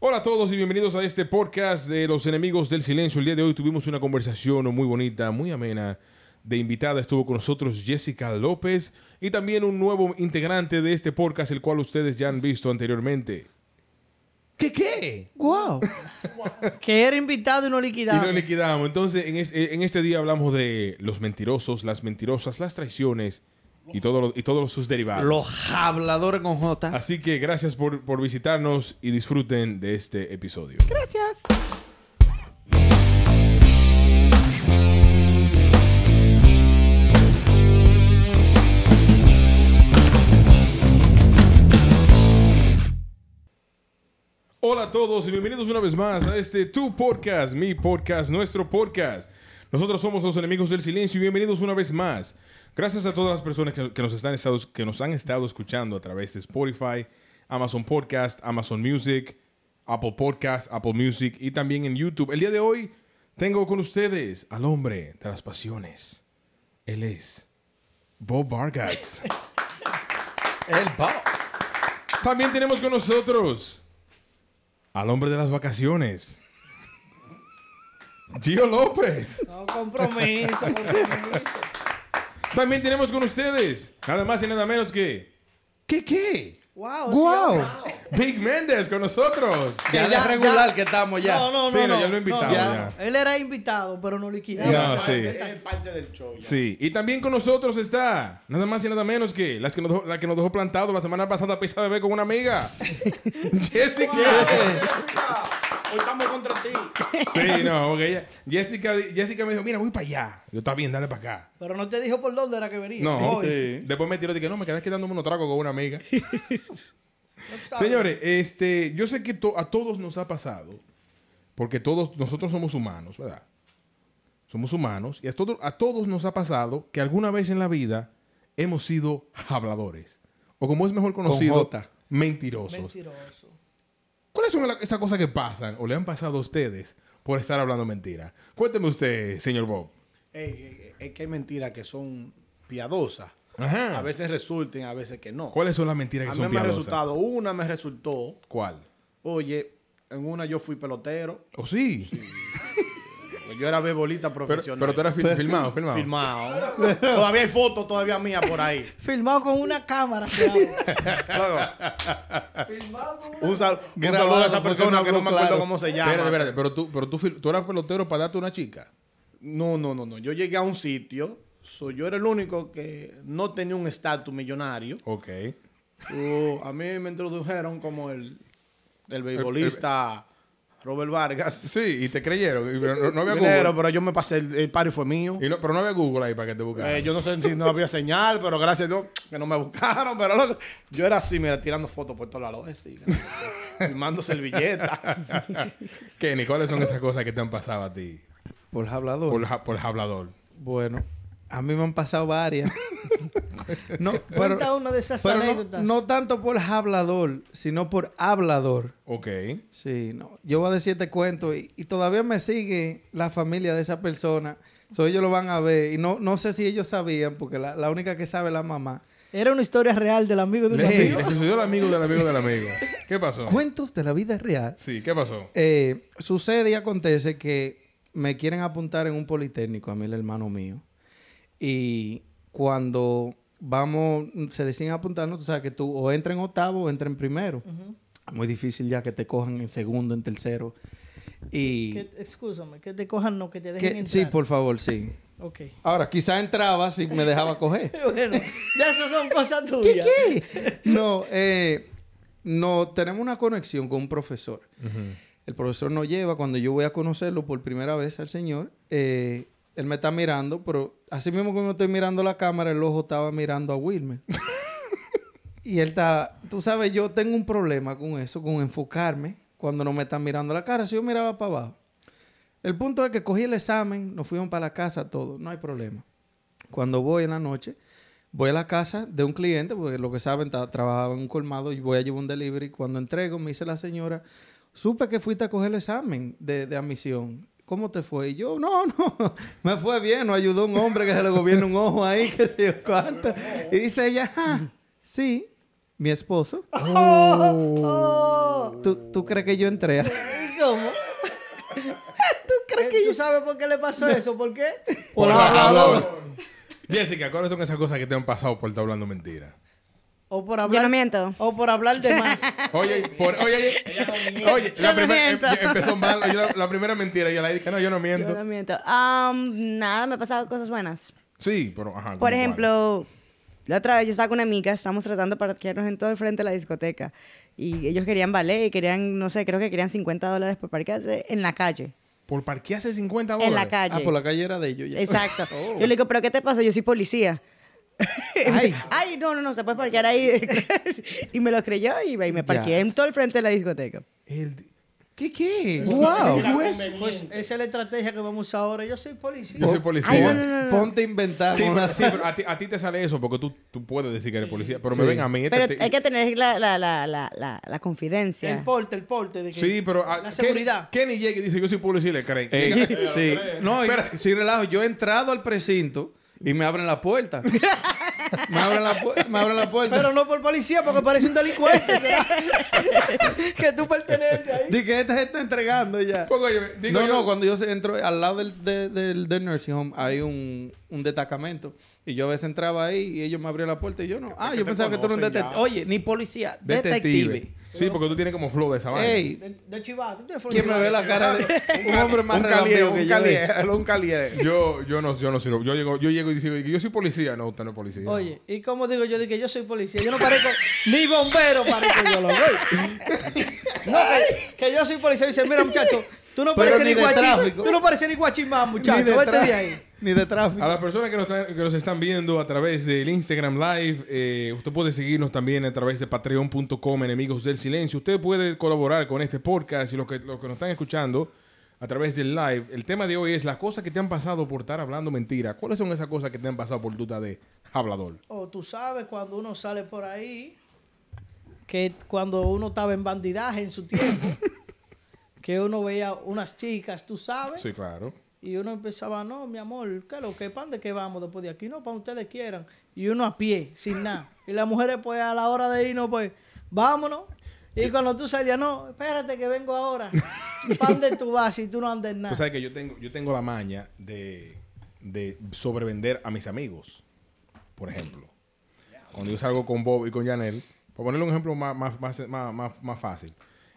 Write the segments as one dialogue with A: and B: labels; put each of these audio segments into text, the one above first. A: Hola a todos y bienvenidos a este podcast de Los Enemigos del Silencio. El día de hoy tuvimos una conversación muy bonita, muy amena. De invitada estuvo con nosotros Jessica López y también un nuevo integrante de este podcast, el cual ustedes ya han visto anteriormente.
B: ¿Qué qué?
C: Wow. que era invitado y no
A: Y
C: liquidado.
A: lo liquidamos. Entonces, en, es- en este día hablamos de los mentirosos, las mentirosas, las traiciones y, todo lo- y todos sus derivados.
C: Los habladores con J.
A: Así que gracias por, por visitarnos y disfruten de este episodio.
C: Gracias.
A: Hola a todos y bienvenidos una vez más a este Tu Podcast, mi podcast, nuestro podcast. Nosotros somos los enemigos del silencio y bienvenidos una vez más. Gracias a todas las personas que, que nos, están estado, que nos han estado escuchando a través de Spotify, Amazon Podcast, Amazon Music, Apple Podcast, Apple Music y también en YouTube. El día de hoy tengo con ustedes al hombre de las pasiones. Él es Bob Vargas.
B: El Bob.
A: También tenemos con nosotros al hombre de las vacaciones, Gio López.
C: No, compromiso, compromiso.
A: También tenemos con ustedes, nada más y nada menos que
B: ¿Qué qué?
C: Wow.
B: Guau.
A: Big Méndez con nosotros.
B: Ya
C: Ya,
B: de regular
C: ya.
B: que estamos ya.
C: No, no,
A: Sí,
C: no.
A: no,
C: no,
A: ya lo he invitado,
C: no.
A: ya.
C: Él era invitado, pero no liquidado.
A: No,
C: Está-
A: sí.
C: está-
D: Es parte del show. ya.
A: Sí, y también con nosotros está, nada más y nada menos que, las que nos dejó- la que nos dejó plantado la semana pasada pizza bebé con una amiga, Jessica.
D: Jessica, Hoy estamos contra ti.
A: Sí, no, porque ella- Jessica, Jessica me dijo, mira, voy para allá. Yo, está bien, dale para acá.
C: Pero no te dijo por dónde era que venía.
A: No,
C: Hoy.
A: sí. después me tiró y dije, no, me quedé quedándome unos tragos con una amiga.
C: No está bien.
A: Señores, este, yo sé que to- a todos nos ha pasado, porque todos nosotros somos humanos, ¿verdad? Somos humanos y a, todo- a todos nos ha pasado que alguna vez en la vida hemos sido habladores, o como es mejor conocido,
B: J.
A: mentirosos.
C: Mentiroso.
A: ¿Cuáles son la- esas cosas que pasan o le han pasado a ustedes por estar hablando mentira? Cuénteme usted, señor Bob.
D: Ey, ey, ey, es que hay mentiras que son piadosas.
A: Ajá.
D: A veces resulten, a veces que no.
A: ¿Cuáles son las mentiras que
D: a mí
A: son
D: me ha
A: piadosas?
D: resultado, una me resultó.
A: ¿Cuál?
D: Oye, en una yo fui pelotero.
A: ¿O sí?
D: pues Yo era bebolita
A: Pero,
D: profesional.
A: pero tú eras fil- filmado, filmado.
D: firmado. todavía hay fotos todavía mía por ahí.
C: Filmado con una cámara. cuidado.
D: Luego,
C: Filmado con una
D: un, sal- un
B: Grabado,
D: saludo a esa
B: porque
D: persona
B: no
D: que no me acuerdo
B: claro.
D: cómo se llama.
A: Espérate, espérate, pero tú, pero tú, fil- tú eras pelotero para darte una chica.
D: No, no, no, no. Yo llegué a un sitio. so, yo era el único que no tenía un estatus millonario.
A: Ok.
D: So, a mí me introdujeron como el, el beisbolista Robert Vargas.
A: Sí, y te creyeron. y- Pero no, no había Google.
D: Dinero, pero yo me pasé, el, el party fue mío.
A: Y no- pero no había Google ahí para que te buscaran.
D: Eh, yo no sé si no había señal, pero gracias a Dios que no me buscaron. Pero loco, yo era así, mira, tirando fotos por todos lados. así, Firmando servilletas.
A: Kenny, ¿cuáles son esas cosas que te han pasado a ti
B: Por hablador.
A: por, ja- por hablador?
B: Bueno, a mí me han pasado varias. no, pero,
C: Cuenta una de esas
B: pero no,
C: anécdotas.
B: no tanto por hablador, sino por hablador.
A: Ok.
B: Sí, no. Yo voy a decir este cuento y, y todavía me sigue la familia de esa persona. So, ellos lo van a ver. Y no, no sé si ellos sabían, porque la, la única que sabe es la mamá.
C: Era una historia real del amigo de un
A: Le, sí,
C: amigo.
A: le sucedió al amigo del amigo del amigo. ¿Qué pasó?
B: Cuentos de la vida real.
A: Sí, ¿qué pasó?
B: Eh, sucede y acontece que me quieren apuntar en un politécnico, a mí el hermano mío. Y cuando vamos, se deciden apuntarnos, tú sabes que tú o entras en octavo o entras en primero. Muy difícil ya que te cojan en segundo, en tercero. Y...
C: Que- Excúsame, que te cojan, no, que te dejen
B: que-
C: entrar.
B: sí, por favor, sí.
C: Ok.
B: Ahora, quizá entraba si me dejaba coger.
C: Bueno, ya esas son cosas
B: ¿Qué,
C: tuyas.
B: qué? No, eh, no, tenemos una conexión con un profesor. El profesor nos lleva, cuando yo voy a conocerlo por primera vez al señor, eh, él me está mirando, pero así mismo como yo estoy mirando la cámara, el ojo estaba mirando a Wilmer. y él está, tú sabes, yo tengo un problema con eso, con enfocarme cuando no me están mirando la cara, si yo miraba para abajo. El punto es que cogí el examen, nos fuimos para la casa, todo, no hay problema. Cuando voy en la noche, voy a la casa de un cliente, porque lo que saben, ta- trabajaba en un colmado y voy a llevar un delivery. Cuando entrego, me dice la señora, supe que fuiste a coger el examen de, de admisión. ¿Cómo te fue? Y yo, no, no, me fue bien, nos ayudó un hombre que se le gobierna un ojo ahí, que sé yo cuánto. Y dice ella, "Ah, sí, mi esposo.
E: Oh.
B: ¿Tú, tú crees que yo entré? a-
C: ¿Y ¿Cómo? ¿Tú crees que ¿Tú sabes por qué le pasó eso? ¿Por qué?
A: Por
D: Por
A: hablador.
D: hablador.
A: Jessica, ¿cuáles son esas cosas que te han pasado por estar hablando mentira?
C: O por
E: Yo
C: hablar.
E: no miento.
C: O por hablar de más.
A: Oye, por- oye, oye, oye, la
E: Yo no
A: primera
E: miento.
A: em- empezó mal, yo la, la primera mentira, yo la dije, no, yo no
E: Yo
A: miento.
E: no miento. Am, nada, me han pasado cosas buenas.
A: Sí, pero ajá. ¿cómo
E: Por ejemplo, la otra vez yo estaba con una amiga, estábamos tratando para parquearnos en todo el frente de la discoteca. Y ellos querían ballet y querían, no sé, creo que querían 50 dólares por parquearse en la calle.
A: cuál? Por parquearse 50 dólares.
E: En la calle.
B: Ah, por la calle Oh. era de ellos ya.
E: Exacto. Yo le digo, ¿pero qué te pasa? Yo soy policía. Ay, no, no, no, se puede parquear ahí. y me lo creyó y, va, y me parqueé
B: Ya.
E: en todo el frente de la discoteca.
A: El-
B: ¿Qué qué? Wow.
C: Pues esa es la estrategia que vamos a usar ahora. Yo soy policía.
A: Yo soy policía.
E: Ay, no, no, no.
B: Ponte a inventar.
A: Sí,
B: una-
A: pero, sí, pero a, ti, a ti te sale eso porque tú, tú puedes decir que eres policía, pero me
B: Sí.
A: ven a mí. este
E: Pero
A: te-
E: hay que tener la, la, la, la, la, la confidencia.
C: El porte, el porte. De que
A: Sí, pero a-
C: La
A: Kenny-
C: seguridad.
A: Kenny llega y dice, yo soy policía y le creen.
B: Ey,
A: Llega-
B: Eh, sí. No, y- sí, relajo. Yo he entrado al precinto y me abren la puerta. me, abren la pu- me abren la puerta.
C: Pero no por policía, porque parece un delincuente. ¿será? que tú perteneces ahí.
B: Dije, esta gente está entregando ya.
A: Porque, oye, digo
B: no,
A: yo-
B: no, cuando yo se- entro al lado del, de- del, del nursing home hay un, un destacamento. Y yo a veces entraba ahí y ellos me abrían la puerta y yo no. Ah,
D: que
B: yo
D: te
B: pensaba que tú eras un
D: conocen
B: detective.
D: ya.
B: Oye, ni policía,
A: detective.
B: detective.
A: Sí, porque tú tienes como flow de esa vaina.
B: Ey,
C: De, de chivado. ¿Tú tienes
B: ¿quién me ve la cara de un hombre más
D: Un calié,
B: relajado que yo? eh.
D: un calié, un calié.
A: Yo, yo no, yo no soy, yo llego, yo llego y digo, yo soy policía. No, usted no es policía.
C: Oye, ¿y cómo digo yo? Dije, yo soy policía. Yo no parezco ni bombero, parezco yo, loco. No, que, que yo soy policía. Dice, mira, muchacho, tú no
B: Pero
C: pareces
B: ni
C: ni
B: de
C: guachimán.
B: tráfico.
C: Tú no pareces ni guachimán,
B: Ni
C: muchacho.
B: de,
C: Vete de
B: tra-
C: ahí.
B: ni de tráfico.
A: A las personas que nos, están, que nos están viendo a través del Instagram Live, eh, usted puede seguirnos también a través de patreon.com, enemigos del silencio. Usted puede colaborar con este podcast y los que, los que nos están escuchando a través del live. El tema de hoy es las cosas que te han pasado por estar hablando mentira. ¿Cuáles son esas cosas que te han pasado por duda de hablador?
C: O tú sabes cuando uno sale por ahí, que cuando uno estaba en bandidaje en su tiempo, que uno veía unas chicas, tú sabes,
A: Sí, claro.
C: y uno empezaba, no, mi amor, ¿qué lo que pan de qué vamos después de aquí? No, para ustedes quieran. Y uno a pie, sin nada. Y las mujeres, pues, a la hora de irnos, pues, vámonos. Y cuando tú salías, no, espérate que vengo ahora. ¿Pan de tú vas si tú no andes
A: Tú
C: nada?
A: sabes que yo tengo, yo tengo la maña de, de sobrevender a mis amigos, por ejemplo. Cuando yo salgo con Bob y con Janel, para ponerle un ejemplo más, más, más, más, más- más fácil.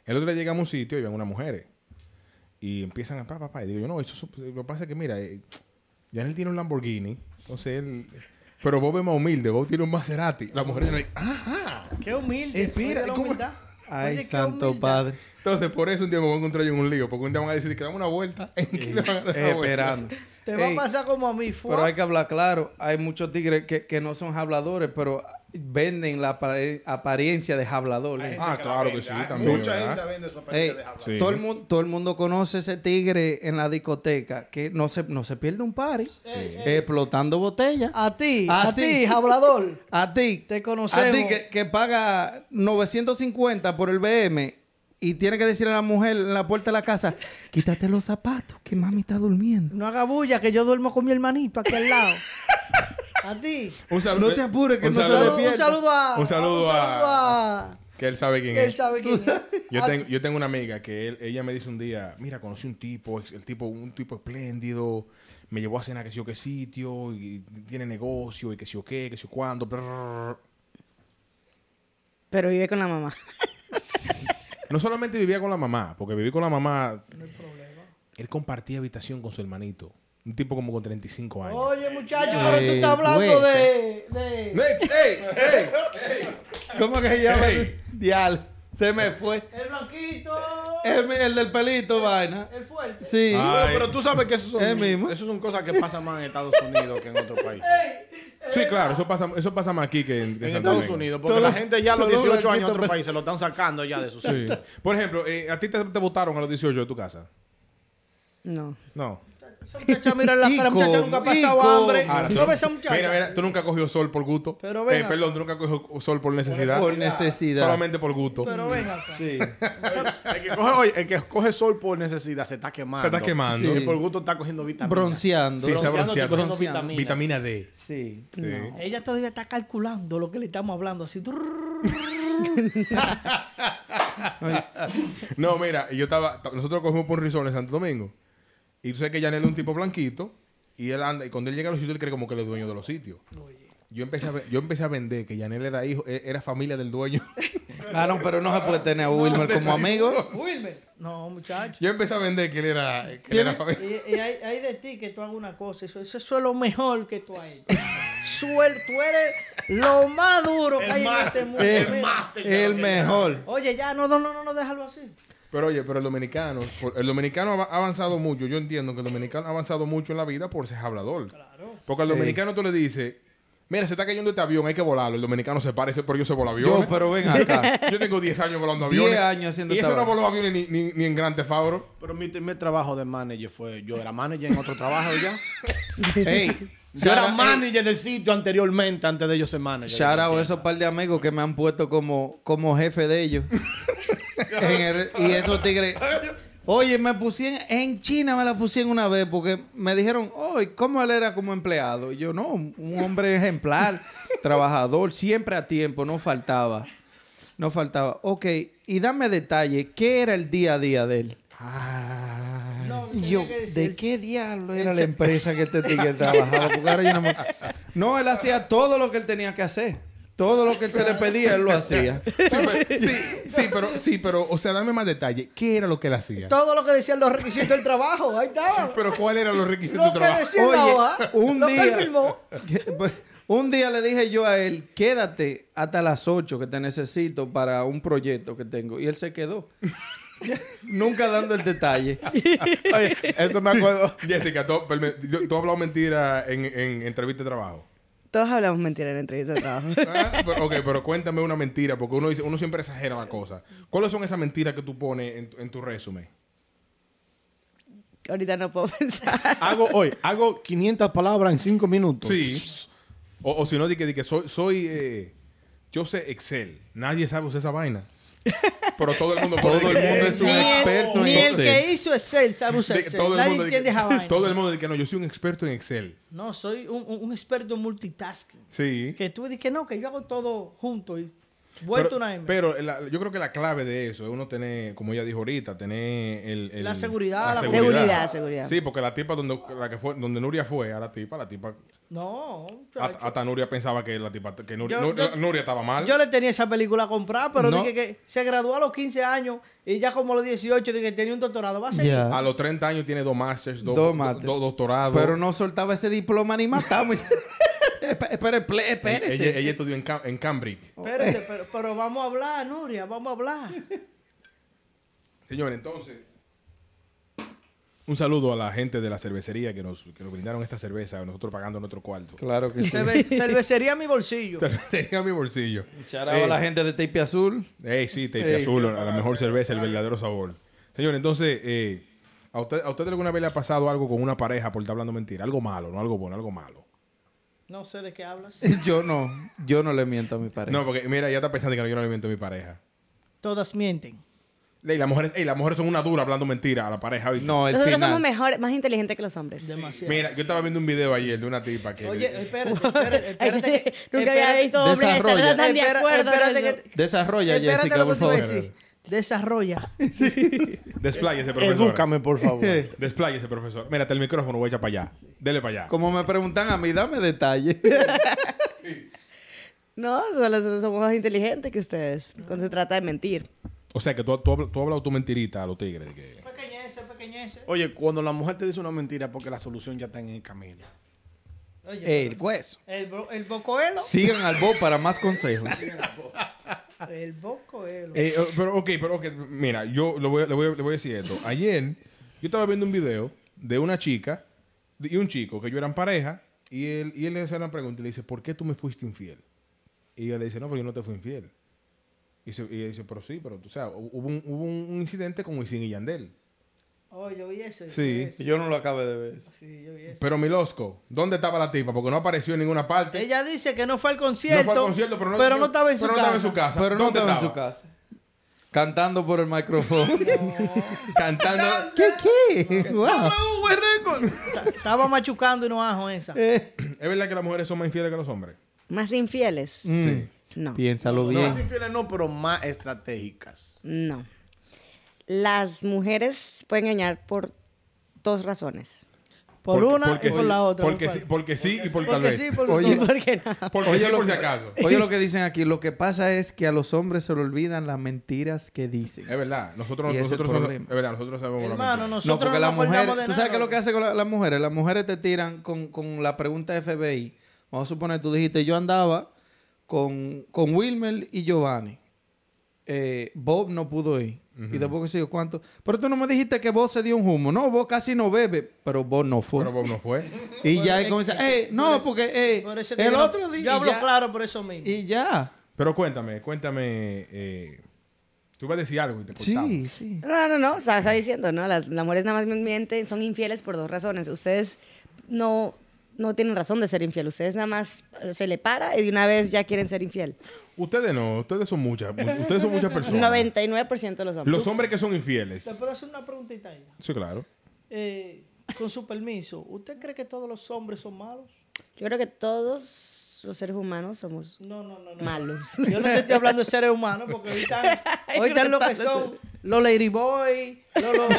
A: El otro día llegamos a un sitio y ven unas mujeres. Y empiezan a... Pa, pa, pa, y digo yo, no, eso, es- lo que pasa es que, mira, eh, Janel tiene un Lamborghini. Entonces él... Pero Bob es más humilde. Bob tiene un Maserati. Las mujeres... dicen, ¡Ajá!
C: Qué humilde.
A: Espera,
C: oye la
A: ¿cómo-
C: humildad.
B: Ay,
C: Oye, qué
B: santo
C: humildad.
B: padre.
A: Entonces, por eso un día me voy a encontrar yo en un lío. Porque un día van a decir que dame una vuelta. ¿En qué le van a dar una vuelta? Ah,
B: Eh, Esperando.
C: Te va
B: Ey,
C: a pasar como a mí, fue.
B: Pero hay que hablar claro. Hay muchos tigres que, que no son habladores, pero venden la apare- apariencia de habladores.
A: Ah, claro que sí, también,
D: ¿eh? Mucha
A: ¿verdad?
D: gente vende su
B: Ey,
D: apariencia de hablador.
A: Sí.
B: todo, el mundo, todo el mundo conoce ese tigre en la discoteca que no se, no se pierde un party eh, explotando botellas. A,
C: A ti,
B: A
C: a,
B: ti.
C: ti, hablador.
B: ti,
C: Ah, Te conocemos.
B: A ti que, que paga 950 por el BM y tiene que decirle a la mujer en la puerta de la casa: quítate los zapatos, que mami está durmiendo.
C: No haga bulla, que yo duermo con mi hermanito aquí al lado. a ti.
A: Un saludo-
B: No te apures, que
A: un
B: no
C: Un
B: se
A: saludo-
C: saludo,
B: despierta.
C: un saludo a.
A: Un saludo
C: un
A: a-
C: a-
A: Que él sabe quién
C: que él
A: es.
C: sabe quién es.
A: Yo
C: A-
A: tengo, yo tengo una amiga que él- ella me dice un día, mira, conocí un tipo, ex- el tipo, un tipo espléndido, me llevó a cenar que sé yo qué sitio, y tiene negocio, y que sé yo qué, que sé yo cuándo. brrr".
E: Pero vive con la mamá.
A: No solamente vivía con la mamá, porque viví con la mamá. Él compartía habitación con su hermanito. Un tipo como con 35 años.
C: Oye, muchacho, pero tú estás
B: Vergüenza.
C: hablando de. de-
A: ¡Ey, ey, ey!
B: ¿Cómo que se llama?
A: Ey.
B: Dial. Se me fue.
C: El blanquito.
B: El, el del pelito, vaina.
C: El fuerte.
B: Eh, Sí.
A: Ah.
D: No, pero tú sabes que eso son,
B: Es mismo.
D: eso son cosas que pasan más en Estados Unidos que en otros países.
A: Sí, claro, eso pasa, eso pasa más aquí que en, que
D: En
A: Santo
D: Estados
A: Domingo.
D: Unidos, porque
B: Todo-
D: la gente ya a los
B: todo lo
D: 18 años en
B: blanquito,
D: otros
B: pero-
D: países lo están sacando ya de sus
A: Sí. Por ejemplo, eh, ¿a ti te, te votaron a los 18 de tu casa?
E: No.
A: No.
C: Esa muchacha, mira la cara,
B: Ico,
C: muchacha nunca ha pasado
B: Ico.
C: hambre.
A: Ahora, tú
C: no ves a muchacha.
A: Mira, mira, tú nunca cogió sol por gusto.
C: Pero ven
A: Eh,
C: acá.
A: perdón, tú nunca cogió sol por necesidad.
B: Por necesidad.
A: Solamente por gusto.
C: Pero ven acá.
B: Sí.
D: El que, coge, oye, el que coge sol por necesidad se está quemando.
A: Se está quemando.
D: Y por gusto está cogiendo vitaminas.
B: Bronceando.
A: Sí, está bronceando.
D: cogiendo
B: Bronceando.
D: vitaminas.
A: Vitamina D.
B: Sí.
A: Sí.
C: Ella todavía está calculando lo que le estamos hablando. Así.
A: No, mira, y yo estaba. t- Nosotros cogimos por un risol en Santo Domingo. Y tú sabes que Yanel es un tipo blanquito. Y él anda. Y cuando él llega a los sitios, él cree como que él es dueño de los sitios. Yo empecé, a, ve- yo empecé a vender que Yanel era hijo, e- era familia del dueño.
B: Claro, pero Ah, no se puede tener a Wilmer como amigo.
C: Wilmer. No, muchacho.
A: Yo empecé a vender que él era, que él era familia.
C: Y, y hay, hay de ti que tú hagas una cosa. Eso, eso, es lo mejor que tú has hecho. Suel, tú eres lo más duro que hay en este mundo.
B: El,
C: Mira.
B: Eh, el mejor.
C: Oye, ya, no, no, no, no, no, déjalo así.
A: Pero oye, pero el dominicano, por- el dominicano ha ha avanzado mucho. Yo entiendo que el dominicano ha avanzado mucho en la vida por ser hablador. Porque al dominicano tú le dices, mira, se está cayendo este avión, hay que volarlo. El dominicano se parece, pero yo se vola aviones.
B: Yo, pero ven acá.
A: Yo tengo 10 años volando
B: 10
A: aviones.
B: años haciendo
A: Y eso no
B: trabajo.
A: voló aviones ni, ni, ni en Gran Tefauro.
D: Pero mi, mi trabajo de manager fue, yo era manager en otro trabajo ya.
B: Ey,
D: Yo era
B: shout out-
D: manager del sitio anteriormente, antes de yo ser manager.
B: Shout out a esos par de amigos que me han puesto como, como jefe de ellos. En el- y esos tigres. Oye, me pusieron en China, me la pusieron una vez porque me dijeron, oye, ¿cómo él era como empleado? Y yo, no, un hombre ejemplar, trabajador, siempre a tiempo, no faltaba. No faltaba. Ok, y dame detalle, ¿qué era el día a día de él?
C: No,
B: Y
C: tenía
B: yo,
C: que decir-
B: ¿de qué diablo era la empresa que este tigre trabajaba? Porque ahora yo no, me- no, él hacía todo lo que él tenía que hacer. Todo lo que él se le pedía, él lo hacía.
A: Sí, pero, sí, sí, pero, sí, pero, o sea, dame más detalle. ¿Qué era lo que él hacía?
C: Todo lo que decían los requisitos del trabajo, ahí estaba.
A: Pero ¿cuáles eran los requisitos de
C: Lo que
A: trabajo?
C: decía la hoja,
B: un
C: ¿ah? lo que él
B: día... pues,
C: firmó.
B: Un día le dije yo a él, quédate hasta las 8 que te necesito para un proyecto que tengo. Y él se quedó. Nunca dando el detalle.
D: Oye, eso me acuerdo.
A: Jessica, tú, perme- yo- tú has hablado mentira en, en entrevista de trabajo.
E: Todos hablamos mentira en entrevistas de trabajo.
A: Ah, pero- ok, pero cuéntame una mentira, porque uno dice, uno siempre exagera la cosa. ¿Cuáles son esas mentiras que tú pones en, tu- en tu resumen?
E: Ahorita no puedo pensar.
D: Hago hoy, hago 500 palabras en 5 minutos.
A: Sí. O, o si no, di que, di que soy, soy eh, yo sé Excel. Nadie sabe usar esa vaina. Pero todo el mundo
B: Todo el mundo es
A: es
B: un
C: Ni el-
B: experto en
C: Ni el
B: Excel.
C: que hizo Excel sabe usar
A: De-
C: Excel.
A: todo el
C: Nadie
A: mundo de que-
C: entiende esa vaina.
A: Todo el mundo dice que no, yo soy un experto en Excel.
C: No, soy un, un- un experto en multitasking.
A: Sí.
C: Que tú dices que no, que yo hago todo junto y vuelto
A: pero,
C: una M.
A: pero la- yo creo que la clave de eso es uno tener, como ella dijo ahorita, tener el, el-
C: La seguridad, la
E: Seguridad, seguridad.
A: Sí, porque la tipa donde la que fue, donde Nuria fue a la tipa, la tipa
C: no,
A: at-
C: muchacho.
A: hasta Nuria pensaba que la tipa que Nuria,
C: Yo-
A: Nuria-
C: yo-
A: Nuria estaba mal.
C: yo le tenía esa película comprada, pero
B: No.
C: dije que se graduó a los 15 años y ya como a los 18 dije que tenía un doctorado. Va a seguir.
B: Ya.
A: a los 30 años tiene dos masters, dos,
B: Dos
A: dos-
B: másters.
A: dos doctorados.
B: Pero no soltaba ese diploma ni mataba. Espera, espérese.
A: E-, ella, ella estudió en, Cam- en Cambridge.
C: Espérese, pero, pero vamos a hablar, Nuria, vamos a hablar.
A: Señor, entonces. Un saludo a la gente de la cervecería que nos, que nos brindaron esta cerveza, nosotros pagando nuestro cuarto.
B: Claro que sí.
C: Cerve- cervecería mi bolsillo.
A: Cervecería mi bolsillo.
B: Shout out a la gente de Tape Azul.
A: Ey, sí, Teite
B: Ey,
A: Azul, a la mejor cerveza, el verdadero sabor. Señor, entonces, eh, ¿a, usted, ¿a usted alguna vez le ha pasado algo con una pareja por estar hablando mentira? Algo malo, no algo bueno, algo malo.
C: No sé de qué hablas.
B: Yo no, yo no le miento a mi pareja.
A: No, porque mira, ya está pensando que no, yo no le miento a mi pareja.
C: Todas mienten.
A: Ey, las mujeres, ey, las mujeres son una dura hablando mentira a la pareja. ¿oíste?
B: No, el
E: Nosotros somos
B: final.
E: mejor, más inteligentes que los hombres.
C: Demasiado.
A: Mira, yo estaba viendo un video ayer de una tipa que...
C: Oye, eh, espérate, espérate,
E: Ay, sí,
C: espérate que-
E: Nunca había
C: espérate-
E: visto hombres estar
B: Desarrolla.
E: tan de
C: Espera-
E: acuerdo. en
C: espérate
E: eso.
C: que-
B: Desarrolla,
C: Espérate
B: Jessica,
C: lo que
B: por
C: te iba a
B: favor.
C: decir. Desarrolla.
A: Despláyese, profesor.
D: Edúcame, por favor.
A: Despláyese, profesor. Mírate el micrófono, voy a para allá. Dele para allá.
B: Como me preguntan a mí, dame detalle.
E: No, solo so- somos más inteligentes que ustedes cuando se trata de mentir.
A: O sea, que tú, tú, hablas- tú has hablado tu mentirita a los tigres. de que-
C: Pequeñeces, pequeñeces.
D: Oye, cuando la mujer te dice una mentira, es porque la solución ya está en el camino.
C: Oye,
B: el hueso.
C: el, bro- el bocoelo.
B: Sigan al Bo para más consejos.
C: El bocoelo.
A: Eh, eh, pero ok, pero ok. Mira, yo lo voy a- le, voy a, le voy a decir esto. Ayer yo estaba viendo un video de una chica y un chico que yo eran pareja y él, y él le hace una pregunta y le dice, ¿por qué tú me fuiste infiel? Y ella le dice, no, pero yo no te fui infiel. Y, se- y ella dice, pero sí, pero tú sabes, hu- hubo un, hubo un- un incidente con Wisin y Yandel.
C: Oye, Oh, yo vi ese.
A: Sí.
C: yo vi ese.
B: yo no lo acabé de ver.
C: Sí, yo vi ese.
A: Pero Milosco, ¿dónde estaba la tipa? Porque no apareció en ninguna parte.
C: Ella dice que no fue al
A: no
C: concierto.
A: fue al concierto, pero no,
C: estaba en su
A: pero no
C: casa.
A: estaba en su casa.
B: Pero no
A: ¿Dónde
B: estaba en su casa. Cantando por el micrófono. Cantando. ¿Qué, qué? Wow.
C: Estaba machucando y no ajo esa.
A: ¿Es verdad que las mujeres son más infieles que los hombres?
B: Mm.
E: Más infieles.
A: Sí.
E: No.
B: Piénsalo
D: No, más
B: bien.
D: infieles no, pero más estratégicas.
E: No. Las mujeres pueden engañar por dos razones.
C: Por
A: Porque-
C: una
A: porque
C: y por
A: sí,
C: la otra.
A: Porque
C: ¿cuál?
A: sí, porque sí y por tal
C: Porque
A: vez.
C: sí, porque
B: Oye,
C: no.
E: ¿Por qué no?
A: Porque
B: Oye,
A: sí,
B: lo
A: por si
B: que-
A: acaso.
B: Oye lo que dicen aquí, lo que pasa es que a los hombres se le olvidan las mentiras que dicen.
A: Es verdad, nosotros,
B: Y ese
A: nosotros,
B: el
A: no-
B: problema.
A: es verdad, nosotros sabemos la
C: Hermano,
A: mentira.
B: No,
C: nosotros
B: porque
C: no,
B: la
C: nos acordamos
B: mujer,
C: de
B: ¿tú
C: nada.
B: sabes qué es lo que hace con la- las mujeres? Las mujeres te tiran con, con la pregunta de FBI. Vamos a suponer, tú dijiste, yo andaba con, con Wilmer y Giovanni. Eh, Bob no pudo ir. Y tampoco sé yo cuánto. Pero tú no me dijiste que Bob se dio un humo. No, Bob casi no bebe, pero Bob no fue.
A: Pero Bob no fue.
B: y ya
C: Por-
B: ahí comienza, eh, no, porque eh,
C: Por eso que
B: el
C: yo no-
B: otro día... y
C: Yo hablo
B: ya,
C: claro por eso mismo.
B: Y ya.
A: Pero cuéntame, cuéntame. eh, tú ibas a decir algo y te cortaba.
B: Sí,
C: Pues
B: sí.
E: No, no, no. O sea, está diciendo, ¿no? Las, las mujeres nada más mienten, son infieles por dos razones. Ustedes no, no tienen razón de ser infiel. Ustedes nada más eh, se le para y de una vez ya quieren ser infiel.
A: Ustedes no, ustedes son muchas. Ustedes son muchas personas.
E: 99% de los hombres.
A: Los hombres que son infieles.
C: ¿Te puedo hacer una preguntita ahí?
A: Sí, claro.
C: Eh, con su permiso, ¿usted cree que todos los hombres son malos?
E: Yo creo que todos los seres humanos somos
C: No, no, no. no.
E: malos.
C: Yo no te estoy hablando de seres humanos porque hoy están, hoy están lo que son los ladyboy, los, los-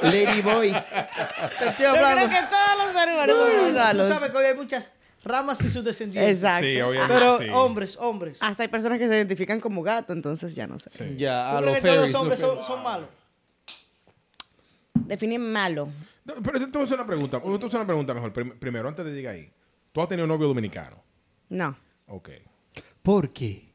B: Ladyboy.
C: te estoy
E: Yo creo
C: hablando.
E: que todos los seres humanos somos
C: Tú
E: malos.
C: sabes que hoy hay muchas ramas y sus descendientes.
E: Exacto. Ah.
A: Sí, obviamente.
C: Pero
A: sí.
C: hombres, hombres.
E: Hasta hay personas que se identifican como gato, entonces ya no sé.
A: Sí.
B: Ya, a
C: ¿Tú crees
B: los
C: que todos
B: fairies.
C: los hombres son, son malos?
E: Define malo.
A: No, Pero te te voy a hacer una pregunta. Te voy a hacer una pregunta mejor. Prim- Primero, antes de llegar ahí. Tú has tenido novio dominicano.
E: No,
A: Ok.
B: ¿Por qué?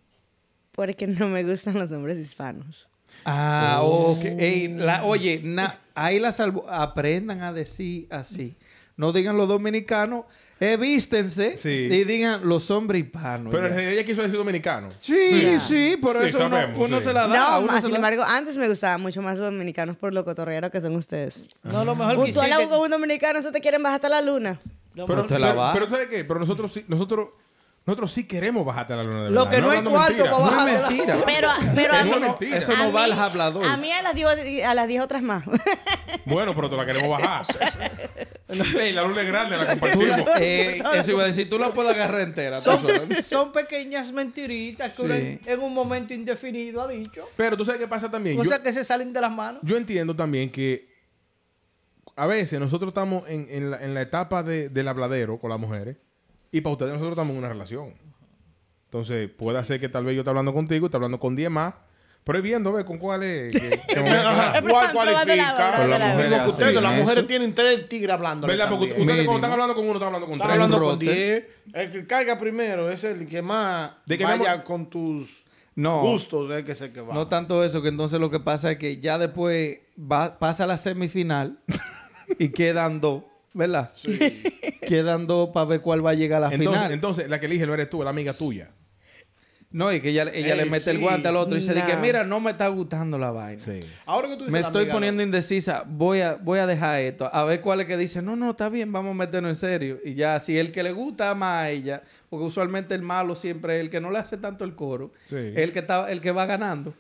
E: porque no me gustan los hombres hispanos.
B: Ah, ok. Ey, la- oye, na- ahí la salvo. Aprendan a decir así. No digan los dominicanos, evístense
A: Sí.
B: y digan los hombres hispanos.
A: Pero en
B: ya.
A: realidad ella quiso decir dominicano.
B: sí, sí, por
A: Sí,
B: eso uno,
A: sabemos,
B: uno
A: sí.
B: se la da.
E: no,
B: uno
E: más,
B: se
E: sin
B: la-
E: embargo, antes me gustaban mucho más los dominicanos por lo cotorrero que son ustedes.
A: Ah.
C: No, lo mejor que
E: Tú hablas
C: hiciste-
E: con un dominicano, eso te quieren bajar hasta la luna.
C: lo
A: Pero,
B: te la
A: pero-
B: baja.
A: pero ¿sabes qué? Pero nosotros sí, nosotros, nosotros sí queremos bajarte a la luna de
C: Lo
A: verdad.
C: que no hay
A: hablando
C: cuarto
A: mentira.
C: para bajar.
B: No es mentira.
E: Pero, pero a
A: Eso
E: mí-
A: no- mentira.
B: eso
E: a
B: no va
E: mí-
B: al hablador.
E: A mí a las 10, a las 10 otras más.
A: Bueno, pero te la queremos bajar. Ey, la luna es grande, la
B: Tú
A: compartimos.
B: la- eh, eso iba a decir, tú la puedes agarrar entera. tú
C: Son,
B: sabes.
C: son pequeñas mentiritas que uno
B: Sí.
C: en, en un momento indefinido ha dicho.
A: Pero tú sabes qué pasa también. Yo-
C: Cosas que se salen de las manos.
A: Yo entiendo también que a veces nosotros estamos en, en la, en la etapa de- del habladero con las mujeres y para ustedes nosotros estamos en una relación. Entonces, puede ser que tal vez yo esté hablando contigo, esté hablando con 10 más, pero es viendo, ve, con cuáles... que- que me voy a quedar.
D: ¿Cuál
E: Probándola,
D: cualifica?
E: probándola,
B: Con las
D: Lo mismo que
B: hacen
D: ustedes, las
B: eso.
D: mujeres tienen tres tigres hablando.
A: ¿Verdad? Porque ustedes
D: Están
A: cuando
B: Mínimo.
A: están hablando con uno, están hablando con tres.
D: hablando
B: un
D: con
B: rote.
D: diez. El que carga primero es el que más
A: De que
D: vaya
A: vamos-
D: con tus
B: No.
D: gustos. Es el que es el que va.
B: No tanto eso, que entonces lo que pasa es que ya después va- pasa la semifinal y quedan dos, ¿verdad? Quedan dos para ver cuál va a llegar a la
A: Entonces,
B: final.
A: entonces, la que elige no eres tú, es la amiga tuya.
B: no, y que ella, ella le
D: Ey,
B: mete el
D: sí.
B: guante al otro y se dice,
E: No.
B: mira, no me está gustando la vaina.
D: Ahora que tú dices
B: Me
D: la
B: estoy
D: amiga,
B: poniendo indecisa, voy a, voy a dejar esto, a ver cuál es que dice, no, no, está bien, vamos a meternos en serio. Y ya, si el que le gusta más a ella, porque usualmente el malo siempre es el que no le hace tanto el coro,
A: Sí.
B: el, que está, el que va ganando.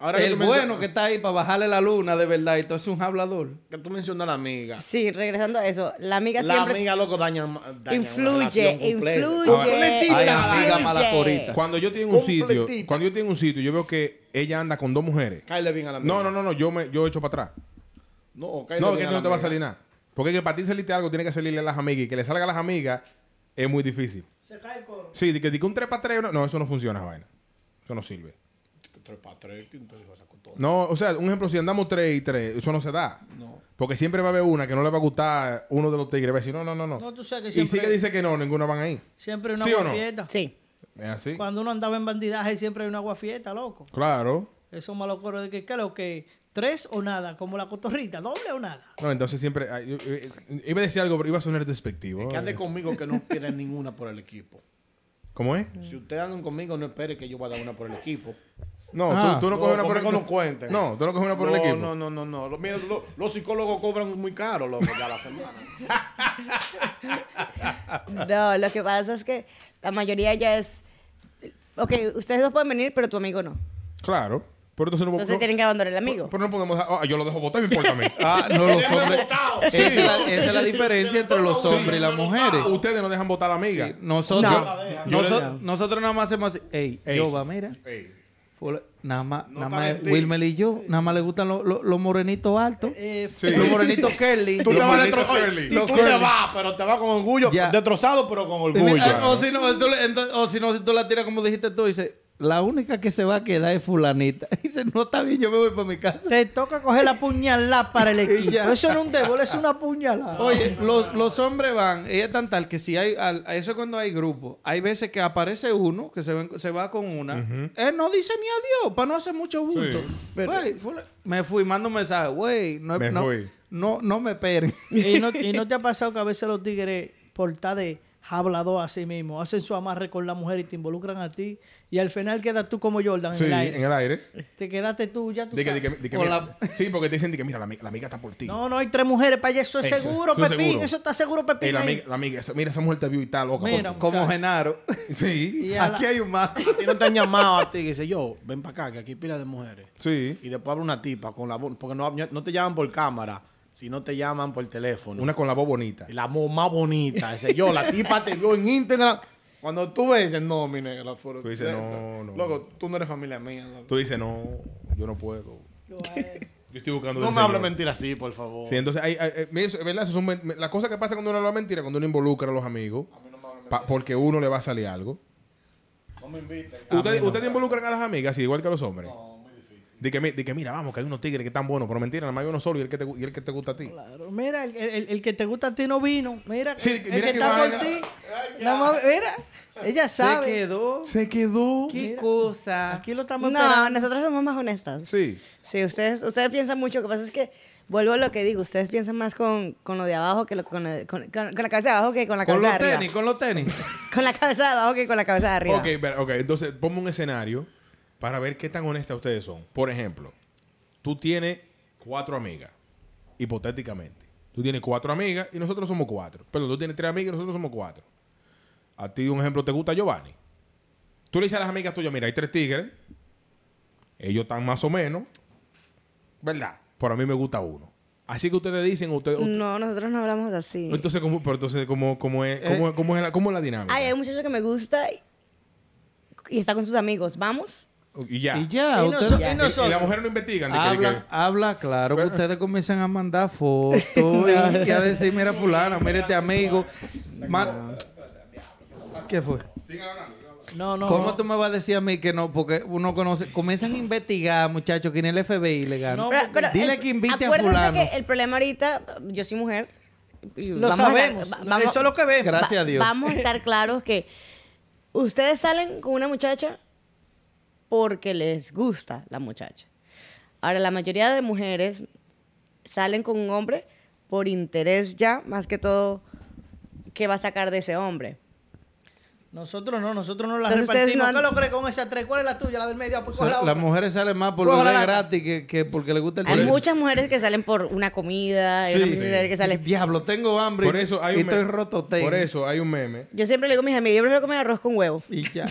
D: Ahora
B: el
D: tú men-
B: bueno que está ahí para bajarle la luna de verdad y todo es un hablador.
D: que tú mencionas a la amiga.
E: Sí, regresando a eso, la amiga
D: La
E: siempre
D: amiga, loco, daña, ma- daña una
E: influye,
D: relación completa.
E: influye.
A: Ahora,
D: Completita.
B: Ay, amiga
E: influye.
B: malacorita.
A: Cuando yo tengo un sitio,
D: Completita.
A: cuando yo tengo un sitio, yo veo que ella anda con dos mujeres.
D: Cáele bien a la amiga.
A: No, no, no, no, yo me, yo echo para atrás.
D: No, o cáele
A: No,
D: bien
A: porque
D: a
A: no
D: la
A: te va a
D: amiga.
A: salir nada. Porque que para ti salirte algo tiene que salirle a las amigas. Y que le salga a las amigas es muy difícil.
C: Se cae el coro.
A: Sí, de que, de que un 3 para 3, no, no, eso no funciona, esa vaina. Eso no sirve.
D: Tres pa' tres, que entonces vas a sacar todo.
A: No, o sea, un ejemplo, si andamos 3 y 3, eso no se da. Porque siempre va a haber una que no le va a gustar uno de los tigres. Va a decir, no, no, no, no.
C: No, tú sabes que
A: y sí
C: siempre,
A: que dice que no, ninguna van ahí.
C: siempre hay una
A: ¿Sí o no?
C: guafieta.
E: Sí.
A: Es así.
C: Cuando uno andaba en bandidaje siempre hay una guafieta, loco.
A: Claro.
C: Eso me lo acuerdo de que creo que tres o nada, como la cotorrita, doble o nada.
A: No, entonces siempre. ay, yo- yo- iba a decir algo, pero iba a sonar despectivo.
D: Que ande conmigo que no pierda ninguna por el equipo.
A: ¿Cómo es?
D: Si ustedes andan conmigo, no espere que yo vaya a dar una por el equipo.
A: No,
B: Ah.
A: tú, tú no coges una por
D: conmigo
A: el
D: no cuenten.
A: No, tú no coges una por el
D: No,
A: equipo.
D: No, no, no, no. Lo- Mira, lo- los psicólogos cobran muy caro, loco, ya la semana.
E: No, lo que pasa es que la mayoría ya es. Ok, ustedes dos pueden venir, pero tu amigo no.
A: Claro. Pero entonces no
E: Entonces tienen que abandonar el amigo.
A: Pero no podemos. Ah, yo lo dejo votar, me importa a mí.
B: Ah, no, los
D: Déjame
B: hombres.
D: botado.
B: Esa, es
D: Sí.
B: la, esa es la
D: Sí,
B: diferencia
D: sí,
B: entre
D: sí,
B: los
D: sí,
B: hombres y las
D: sí, sí,
B: mujeres.
A: Ustedes no dejan votar a la amiga.
B: Sí, Nosotros,
E: No.
D: Yo le-
B: noso- nosotros nada más hacemos así. Ey,
A: Ey.
B: yo va, mira.
A: Ey.
B: Fula- Nada más,
D: No
B: nada
D: está
B: más
D: mentira.
B: Wilmer y yo, nada más le gustan los los- los morenitos altos,
C: Eh,
A: Sí.
B: los morenitos Kelly.
D: Tú, te
A: Los
D: vas,
A: malditos
D: destro- oye,
A: curly.
D: tú
B: Los
D: te
B: curly.
D: vas, pero te vas con orgullo,
B: Ya.
D: destrozado, pero con
B: Y
D: orgullo.
B: mira, ah, O si no, tú le- ento- o si no, si tú la tiras como dijiste tú, dice, la única que se va a quedar es fulanita. Dice, no está bien, yo me voy para mi casa.
C: te toca coger la puñalada para el equipo.
B: ya.
C: Eso no es un débol, es una puñalada.
B: Oye, los, los hombres van, ella es tan tal que si hay, al- a eso es cuando hay grupo, hay veces que aparece uno que se, ven- se va con una, él no dice ni adiós, para no hacer mucho gusto.
A: Sí.
B: me fui, mando un mensaje, güey, no,
A: Me
B: no,
A: fui.
B: no, no me esperen.
C: ¿Y no, y no te ha pasado que a veces los tigres por estar de hablador a sí mismo, hacen su amarre con la mujer y te involucran a ti y al final quedas tú como Jordan
A: Sí,
C: en el aire.
A: en el aire.
C: Te quedaste tú, ya tú
A: Di que-
C: sabes.
A: di que- di que
B: Con
A: mira- Sí, porque te dicen di que mira, la amiga, la amiga está por ti.
C: No, no, hay tres mujeres para allá. Eso es
A: Eso,
C: seguro,
A: eso es
C: Pepín.
A: seguro.
C: Eso está seguro, Pepín.
A: Ey, Eh, la
C: ahí.
A: amiga, la amiga, esa- mira, esa mujer te vio y está loca.
C: Mira,
A: por
B: Como
C: muchacho.
B: Genaro.
A: ti. Sí,
C: Y a la-
B: Aquí hay un más.
D: A ti no te han llamado a ti que dice yo, ven para acá, que aquí hay pila de mujeres.
A: sí.
D: Y después habla una tipa con la voz, porque no, no te llaman por cámara, sino te llaman por teléfono.
A: Una con la voz bonita.
D: Y la mo- más bonita. Dice yo, la tipa te vio en Instagram. Cuando tú ves, dices, no, mi negra, la foto.
A: Tú dices, no, no.
D: Loco, tú no eres familia mía. loco.
A: Tú dices, no, yo no puedo. Yo estoy buscando.
D: No
A: del
D: me hables
A: Señor.
D: mentira así, por favor.
A: Sí, entonces, hay, hay- eh, mira, eso, ¿verdad? Eso son men- me- las cosas que pasa cuando uno habla mentira, cuando uno involucra a los amigos, pa- porque uno le va a salir algo.
D: No me invites.
A: ¿Ustedes ustedes involucran a las amigas, sí, igual que a los hombres? No, muy difícil. De que, mi- di que, mira, vamos, que hay unos tigres que están buenos, pero mentira, nada más hay uno solo y el que te, gu- y el que te gusta a ti.
C: Claro. Mira, el, el- el que te gusta a ti no vino. Mira,
A: Sí,
C: el,
A: mira
C: que
A: qué
C: está
A: vaina.
C: por ti. Nada más- mira, ella
B: Se
C: sabe.
B: quedó.
A: Se quedó.
B: Qué cosa.
C: Aquí lo estamos
E: No,
C: esperando.
E: nosotros somos más honestas.
A: Sí.
E: Sí, ustedes, ustedes piensan mucho. Lo que pasa es que, vuelvo a lo que digo, ustedes piensan más con, con lo de abajo que lo- con, la- con- con- con la cabeza de abajo que con la
B: Con
E: cabeza
B: los
E: de arriba.
B: tenis, con los tenis.
E: Con la cabeza de abajo que con la cabeza de arriba.
A: Ok, pero- ok, entonces ponme un escenario para ver qué tan honestas ustedes son. Por ejemplo, tú tienes cuatro amigas, hipotéticamente. Tú tienes cuatro amigas y nosotros somos cuatro. Pero tú tienes tres amigas y nosotros somos cuatro. A ti, un ejemplo, te gusta Giovanni. Tú le dices a las amigas tuyas, mira, hay tres tigres. Ellos están más o menos. ¿Verdad? Pero a mí me gusta uno. Así que ustedes dicen, ustedes... ustedes-
E: No, nosotros no hablamos así.
A: Entonces, ¿cómo, pero entonces, ¿cómo, cómo es, cómo, es- cómo es la, cómo es la dinámica?
E: Ay, hay un muchacho que me gusta y, y está con sus amigos. ¿Vamos?
A: y ya.
B: Y ya,
C: Y
B: ustedes-
C: noso-
A: Y-
C: y
A: y
C: nosotros.
A: las mujeres no investigan. de que- de que-
B: Habla, habla claro, que ustedes comienzan a mandar fotos y, y a decir, mira fulana, mira este amigo. Ma- ¿Qué fue?
C: No, no.
B: ¿Cómo
C: no.
B: tú me vas a decir a mí que no? Porque uno conoce, comienzan a investigar, muchachos, que en el FBI le gana.
C: No,
E: Pero- pero
B: Dile
E: el-
B: que invite a
E: acuérdense
B: fulano.
E: que el problema ahorita, yo soy mujer. y
C: Lo
E: vamos a-
C: sabemos.
E: va- vamos-
C: Eso es lo que vemos.
B: Gracias. a Dios.
E: Vamos a estar claros que ustedes salen con una muchacha porque les gusta la muchacha. Ahora, la mayoría de mujeres salen con un hombre por interés ya, más que todo, que va a sacar de ese hombre.
C: Nosotros no, nosotros no la
E: Entonces, ustedes
C: repartimos.
E: no
C: ¿Qué
E: han-
C: lo crees con esa tres? ¿Cuál es la tuya? La del medio. Ah, pues
B: O
C: coge
B: sea,
C: la otra.
B: las mujeres salen más por
C: Coge la
B: beber
C: lata.
B: gratis que, que porque le gusta el
E: Hay
B: dinero.
E: muchas mujeres que salen por una comida, hay
B: Sí.
E: una mujer que sale...
B: Diablo, tengo hambre.
A: Por eso hay un
B: y estoy
A: meme.
B: roto
A: Por eso hay un meme.
E: Yo siempre le digo a mis amigos, yo prefiero comer arroz con huevo.
B: Y ya.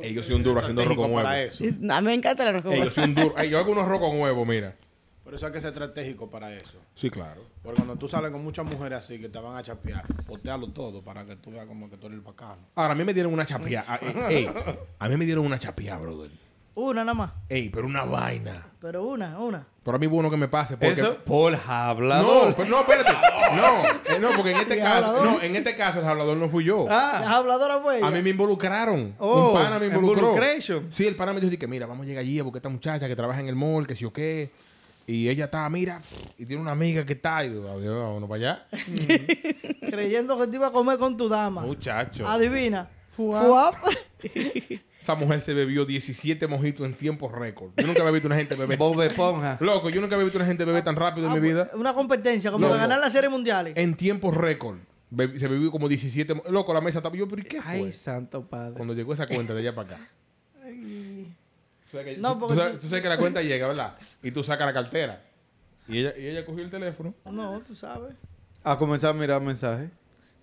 A: Ey, yo soy un duro haciendo arroz
D: Estratégico
A: con huevo.
D: para eso.
E: Es- A mí me encanta el arroz con
A: Ey, yo
E: huevo.
A: soy un duro. Ey, yo hago unos arroz con huevo, mira.
D: Por eso hay que ser estratégico para eso.
A: Sí, claro.
D: Porque cuando tú sales con muchas mujeres así que te van a chapear, potealo todo para que tú veas como que tú eres el bacano.
A: Ahora, a mí me dieron una chapia. A, ey, ey, a mí me dieron una chapia, brother.
C: Una nada más.
A: Ey, pero una vaina.
C: Pero una, una.
A: Pero a mí es bueno que me pase. Porque...
B: Eso por hablador.
A: No, pero- no, espérate. No, eh, no, porque en este
C: Sí,
A: caso,
C: hablador.
A: no, en este caso el hablador no fui yo.
B: Ah,
C: Las habladoras fue ella.
A: A mí me involucraron.
B: Oh,
A: un pana me involucró.
B: involucration.
A: Sí, el pana me dijo dije, mira, vamos a llegar allí porque esta muchacha que trabaja en el mall, que si o qué. Y ella está, mira, y tiene una amiga que está. Y yo, adiós, vámonos para allá.
C: Creyendo que te iba a comer con tu dama.
A: Muchacho.
C: Adivina.
A: Fuap.
C: Fuap.
A: Esa mujer se bebió 17 mojitos en tiempo récord. Yo nunca había visto una gente beber.
B: Bob Esponja. Ah,
A: Loco, yo nunca había visto una gente beber tan rápido en mi vida.
C: Una competencia, como
A: Loco.
C: para ganar las series mundiales.
A: En tiempo récord. Be- se bebió como 17. mo- Loco, la mesa estaba. Yo, pero ¿y qué fue?
B: Ay, santo padre.
A: Cuando llegó esa cuenta de allá para acá. Tú sabes que-
C: No,
A: tú-
C: porque
A: tú, sabes,
C: tú-
A: tú sabes que la cuenta llega, ¿verdad? Y tú sacas la cartera. Y ella, y ella cogió el teléfono.
C: No, tú sabes.
B: A comenzar a mirar mensajes.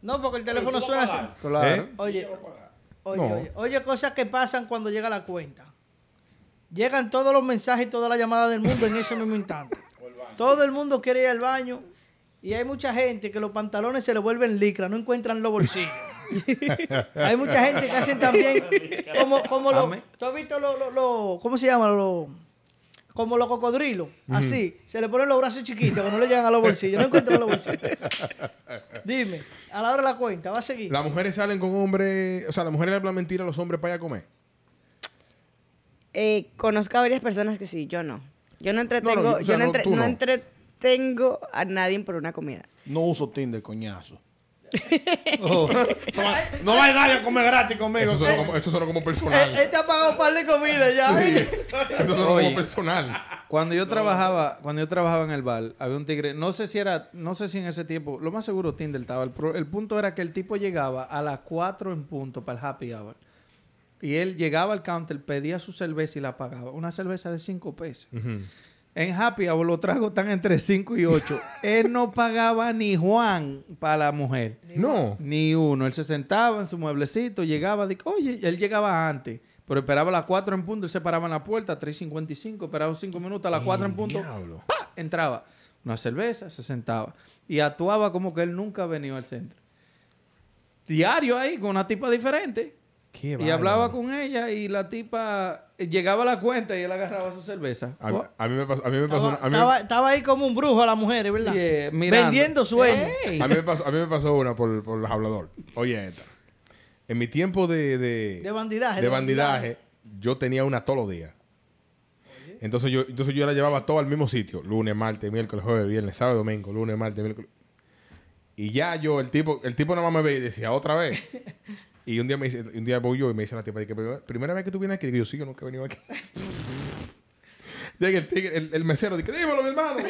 C: No, porque el teléfono suena así.
B: Claro.
A: ¿Eh?
C: Oye, oye,
A: No.
C: oye, oye, cosas que pasan cuando llega la cuenta. Llegan todos los mensajes y todas las llamadas del mundo en ese mismo instante. Todo el mundo quiere ir al baño y hay mucha gente que los pantalones se le vuelven licra, no encuentran los bolsillos. hay mucha gente que hacen también como, como los...
B: Amén.
C: ¿Tú has visto los... los- los- ¿Cómo se llama? Los... Como los cocodrilos, así. Se le ponen los brazos chiquitos que no le llegan a los bolsillos. No encuentran los bolsillos. Dime, a la hora de la cuenta, va a seguir.
A: Las mujeres salen con hombres, o sea, las mujeres le hablan mentira a los hombres para ir a comer.
E: Eh, conozco a varias personas que sí, yo no. Yo no entretengo,
A: yo- o
E: yo,
A: sea, no,
E: no, entre-
A: tú
E: no
A: no.
E: entretengo a nadie por una comida.
D: No uso Tinder, coñazo. Oh. No, va- no va nadie a comer gratis conmigo.
A: Eso suena como, eso suena como
C: Eh,
A: personal.
C: Él te ha pagado un par de comidas ya. ¿viste?
A: Eso suena como
B: Oye.
A: personal.
B: Cuando yo trabajaba, cuando yo trabajaba en el bar, había un tigre, no sé si era, no sé si en ese tiempo, lo más seguro Tinder estaba, el, pro- el punto era que el tipo llegaba a las 4 en punto para el happy hour. Y él llegaba al counter, pedía su cerveza y la pagaba, una cerveza de 5 pesos. En happy hour los tragos están entre 5 y 8. él no pagaba ni Juan para la mujer.
A: No.
B: Ni uno. Él se sentaba en su mueblecito, llegaba, dic- oye, él llegaba antes, pero esperaba a las 4 en punto, él se paraba en la puerta, 3.55, esperaba 5 minutos, a las 4 en punto,
A: Diablo.
B: ¡pa! entraba. Una cerveza, se sentaba. Y actuaba como que él nunca venía al centro. Diario ahí, con una tipa diferente.
A: Qué
B: y
A: bárbaro.
B: hablaba con ella y la tipa eh, llegaba a la cuenta y él agarraba su cerveza. Oh,
A: A, a mí me pasó, a mí me pasó,
C: Estaba,
A: una- a mí me-
C: estaba- estaba ahí como un brujo a la mujer, ¿verdad?
B: y, eh, mirando.
C: Vendiendo sueños.
B: Ey.
A: A mí me pasó, a mí me pasó una por, por los hablador. Oye, esta. En mi tiempo de. De,
C: De bandidaje,
A: de
C: de bandidaje.
A: bandidaje, yo tenía una todos los días. Entonces yo, entonces yo la llevaba todo al mismo sitio. Lunes, martes, miércoles, jueves, viernes, sábado, domingo. Lunes, martes, miércoles. Y ya yo, el tipo, el tipo nada más me veía y decía, otra vez. Y un día, me dice- un día voy yo y me dice la tipa, que primera vez que tú vienes aquí, Y yo sí, yo nunca he venido aquí. Llega el, tigre- el, el mesero, dice, dímelo, mi hermano.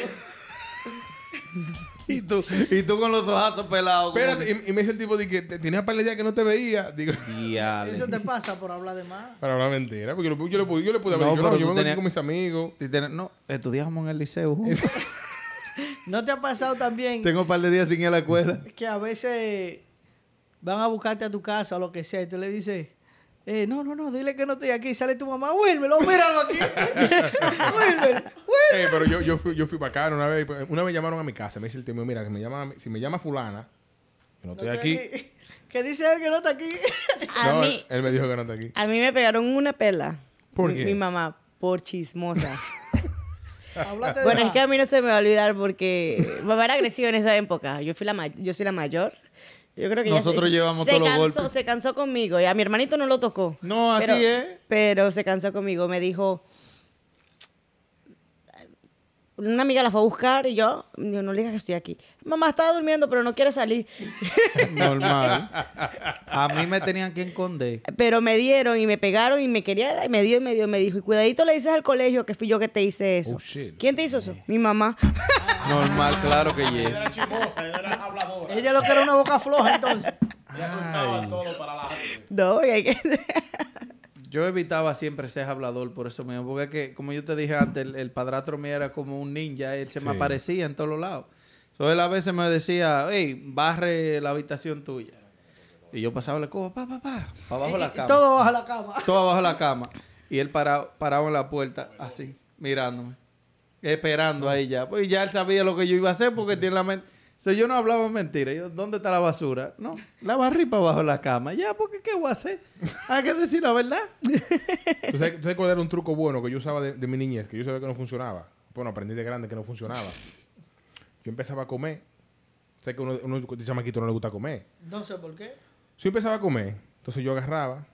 B: Y tú, y tú con los ojazos pelados. como
A: Espérate, y, y me dice el tipo, de que tenía par de días que no te veía. Digo,
B: que- Diale.
C: Eso te pasa por hablar de más.
A: para hablar mentira, porque yo, le- yo le pude, yo le pude haber
B: No,
A: dicho, no,
B: pero
A: yo
B: tú
A: vengo aquí
B: tenías-
A: con mis amigos.
B: Y tener- no, estudiamos en el liceo. juntos.
C: ¿No te ha pasado también
B: Tengo un par de días sin ir a la escuela.
C: que a veces van a buscarte a tu casa o lo que sea y tú le dices, eh, no, no, no, dile que no estoy aquí. Sale tu mamá, vuélvelo, míralo aquí. vuélvelo.
A: Eh, pero yo, yo fui, yo fui bacano una vez. pues, Una vez llamaron a mi casa. Me dice el tío, mira, que me llama, a mí- si me llama fulana, que no estoy aquí.
C: Que dice él que no está aquí.
E: A
A: No,
E: mí,
A: él me dijo que no está aquí.
E: a mí me pegaron una pela.
A: ¿Por
E: mi,
A: qué?
E: mi mamá, por chismosa.
C: Háblate de
E: bueno, es
C: más.
E: que a mí no se me va a olvidar porque mamá era agresiva en esa época. Yo fui la ma- yo soy la mayor. Yo creo que ella
B: Nosotros
E: se-
B: llevamos
E: se
B: todos los
E: cansó,
B: golpes.
E: Se cansó conmigo. Y a mi hermanito no lo tocó.
B: No, así
E: Pero-
B: es.
E: Pero se cansó conmigo. Me dijo. Una amiga la fue a buscar y yo, yo no le digas que estoy aquí. Mamá estaba durmiendo, pero no quiere salir.
B: Normal. A mí me tenían que esconder.
E: Pero me dieron y me pegaron y me quería, y me dio y me dio y me dijo. Y cuidadito le dices al colegio que fui yo que te hice eso.
A: Oh, shit.
E: ¿Quién te hizo eso? Mi mamá.
B: Normal, claro que yes.
D: chismosa, era habladora.
C: Ella lo que era una boca floja entonces.
D: Ella soltaba todo para la
E: No, y hay
B: Ah,
E: que...
B: Yo evitaba siempre ser hablador por eso mismo. Porque es que, como yo te dije antes, el, el padrastro mío era como un ninja. Él se me
A: Sí.
B: aparecía en todos los lados. Entonces él a veces me decía, hey, barre la habitación tuya. Y yo pasaba la coba, pa, pa, pa, pa abajo la cama.
C: Todo bajo la cama.
B: todo abajo de la cama. Y él parado, parado en la puerta, así, mirándome. Esperando ahí ya. Pues ya él sabía lo que yo iba a hacer porque tiene la mente. O sea, yo no hablaba mentira. Yo, ¿dónde está la basura? No, la barrí para abajo de la cama. Ya, porque ¿qué voy a hacer? Hay que decir la verdad.
A: ¿Tú sabes, tú sabes cuál era un truco bueno que yo usaba de, de mi niñez? Que yo sabía que no funcionaba. Bueno, aprendí de grande que no funcionaba. Yo empezaba a comer. ¿Sabes que uno, uno de chamaquito no le gusta comer?
C: No sé por qué.
A: Si yo empezaba a comer, entonces yo agarraba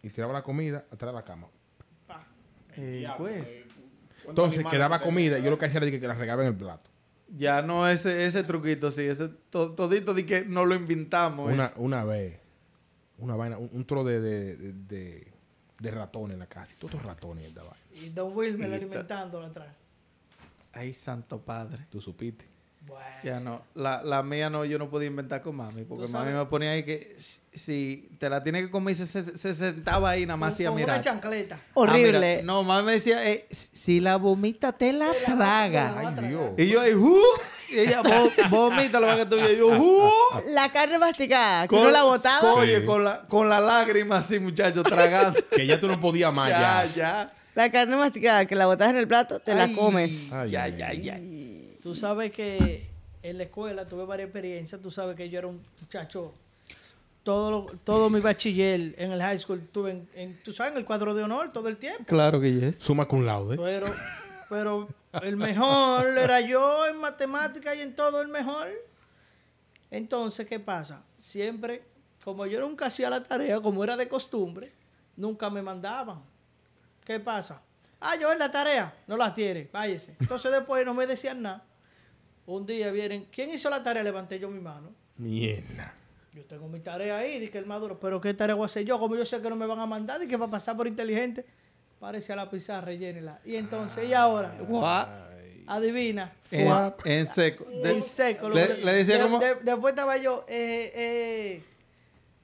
A: y tiraba la comida atrás de la cama.
B: Eh, pues,
A: Entonces quedaba comida y yo lo que hacía era de que- que la regaba en el plato.
B: ya no ese, ese truquito, sí. Ese to- todito de que no lo inventamos.
A: Una,
B: ese.
A: una vez, una vaina, un, un tro de, de, de, de- de ratones en la casa. Y todos estos ratones en esta vaina.
C: Y Don Wilmer alimentándola atrás.
B: Ay, santo padre.
A: Tú supiste.
C: Bueno.
B: Ya no, la, la mía no, yo no podía inventar con mami, porque
C: Tú
B: mami
C: sabes-
B: me ponía ahí que si- si te la tiene que comer, se, se- se sentaba ahí nada más
C: Con-
B: hacía
C: con
B: mirar.
C: una chancleta.
B: Ah, mira,
E: Horrible.
B: no, mami me decía, eh, si la vomita te la traga.
A: Ay, Dios.
B: Y yo ahí, "Uh", y ella, "Vo- vomita lo va que tú y yo, "Uh".
E: La carne masticada, que uno la botaba.
B: Oye,
A: Sí.
B: con la, con la lágrima así, muchachos, tragando.
A: Que ya tú no podías más.
B: ya,
A: ya.
B: ya.
E: La carne masticada que la botas en el plato, te la comes.
D: Ay,
B: Ya,
D: ay,
B: ya,
D: ay.
B: ya.
C: Tú sabes que en la escuela tuve varias experiencias. Tú sabes que yo era un muchacho. Todo, lo- todo mi bachiller en el high school estuve en, en- tú sabes, en el cuadro de honor todo el tiempo.
B: Claro que yes.
A: Suma con laude.
C: Pero, pero el mejor era yo en matemática y en todo el mejor. Entonces, ¿qué pasa? Siempre, como yo nunca hacía la tarea, como era de costumbre, nunca me mandaban. ¿Qué pasa? Ah, yo en la tarea, no la tiene, váyese. Entonces después no me decían nada. Un día vienen, ¿quién hizo la tarea? Levanté yo mi mano.
A: Mierda.
C: Yo tengo mi tarea ahí, dije el maduro, pero ¿qué tarea voy a hacer yo? Como yo sé que no me van a mandar y que va a pasar por inteligente, parece a la pizarra, rellénela. Y entonces, ¿y ahora?
B: Guau.
C: Adivina.
B: En,
C: Fua.
B: en seco. De-
C: en seco.
B: le-
C: loco.
B: le decía
C: De-
B: como-
C: de- después estaba yo, eh, eh,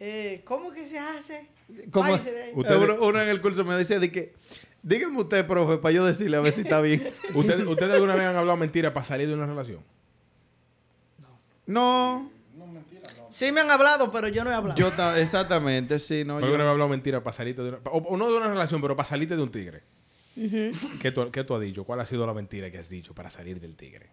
C: eh, ¿cómo que se hace?
B: como-
C: Váyase de ahí.
A: Ustedes-
B: uno, uno en el curso me decía de que, dígame usted, profe, para yo decirle a ver si está bien.
A: ¿Ustedes, ¿Ustedes alguna vez han hablado mentira para salir de una relación?
B: no,
C: Sí me han hablado, pero yo no he hablado.
B: yo ta- exactamente, sí, no.
A: ¿Alguna
B: Yo,
A: vez has hablado mentira para salirte de una... O, o no de una relación, pero para salirte de un tigre? ¿Qué, tú, qué tú has dicho? ¿Cuál ha sido la mentira que has dicho para salir del tigre?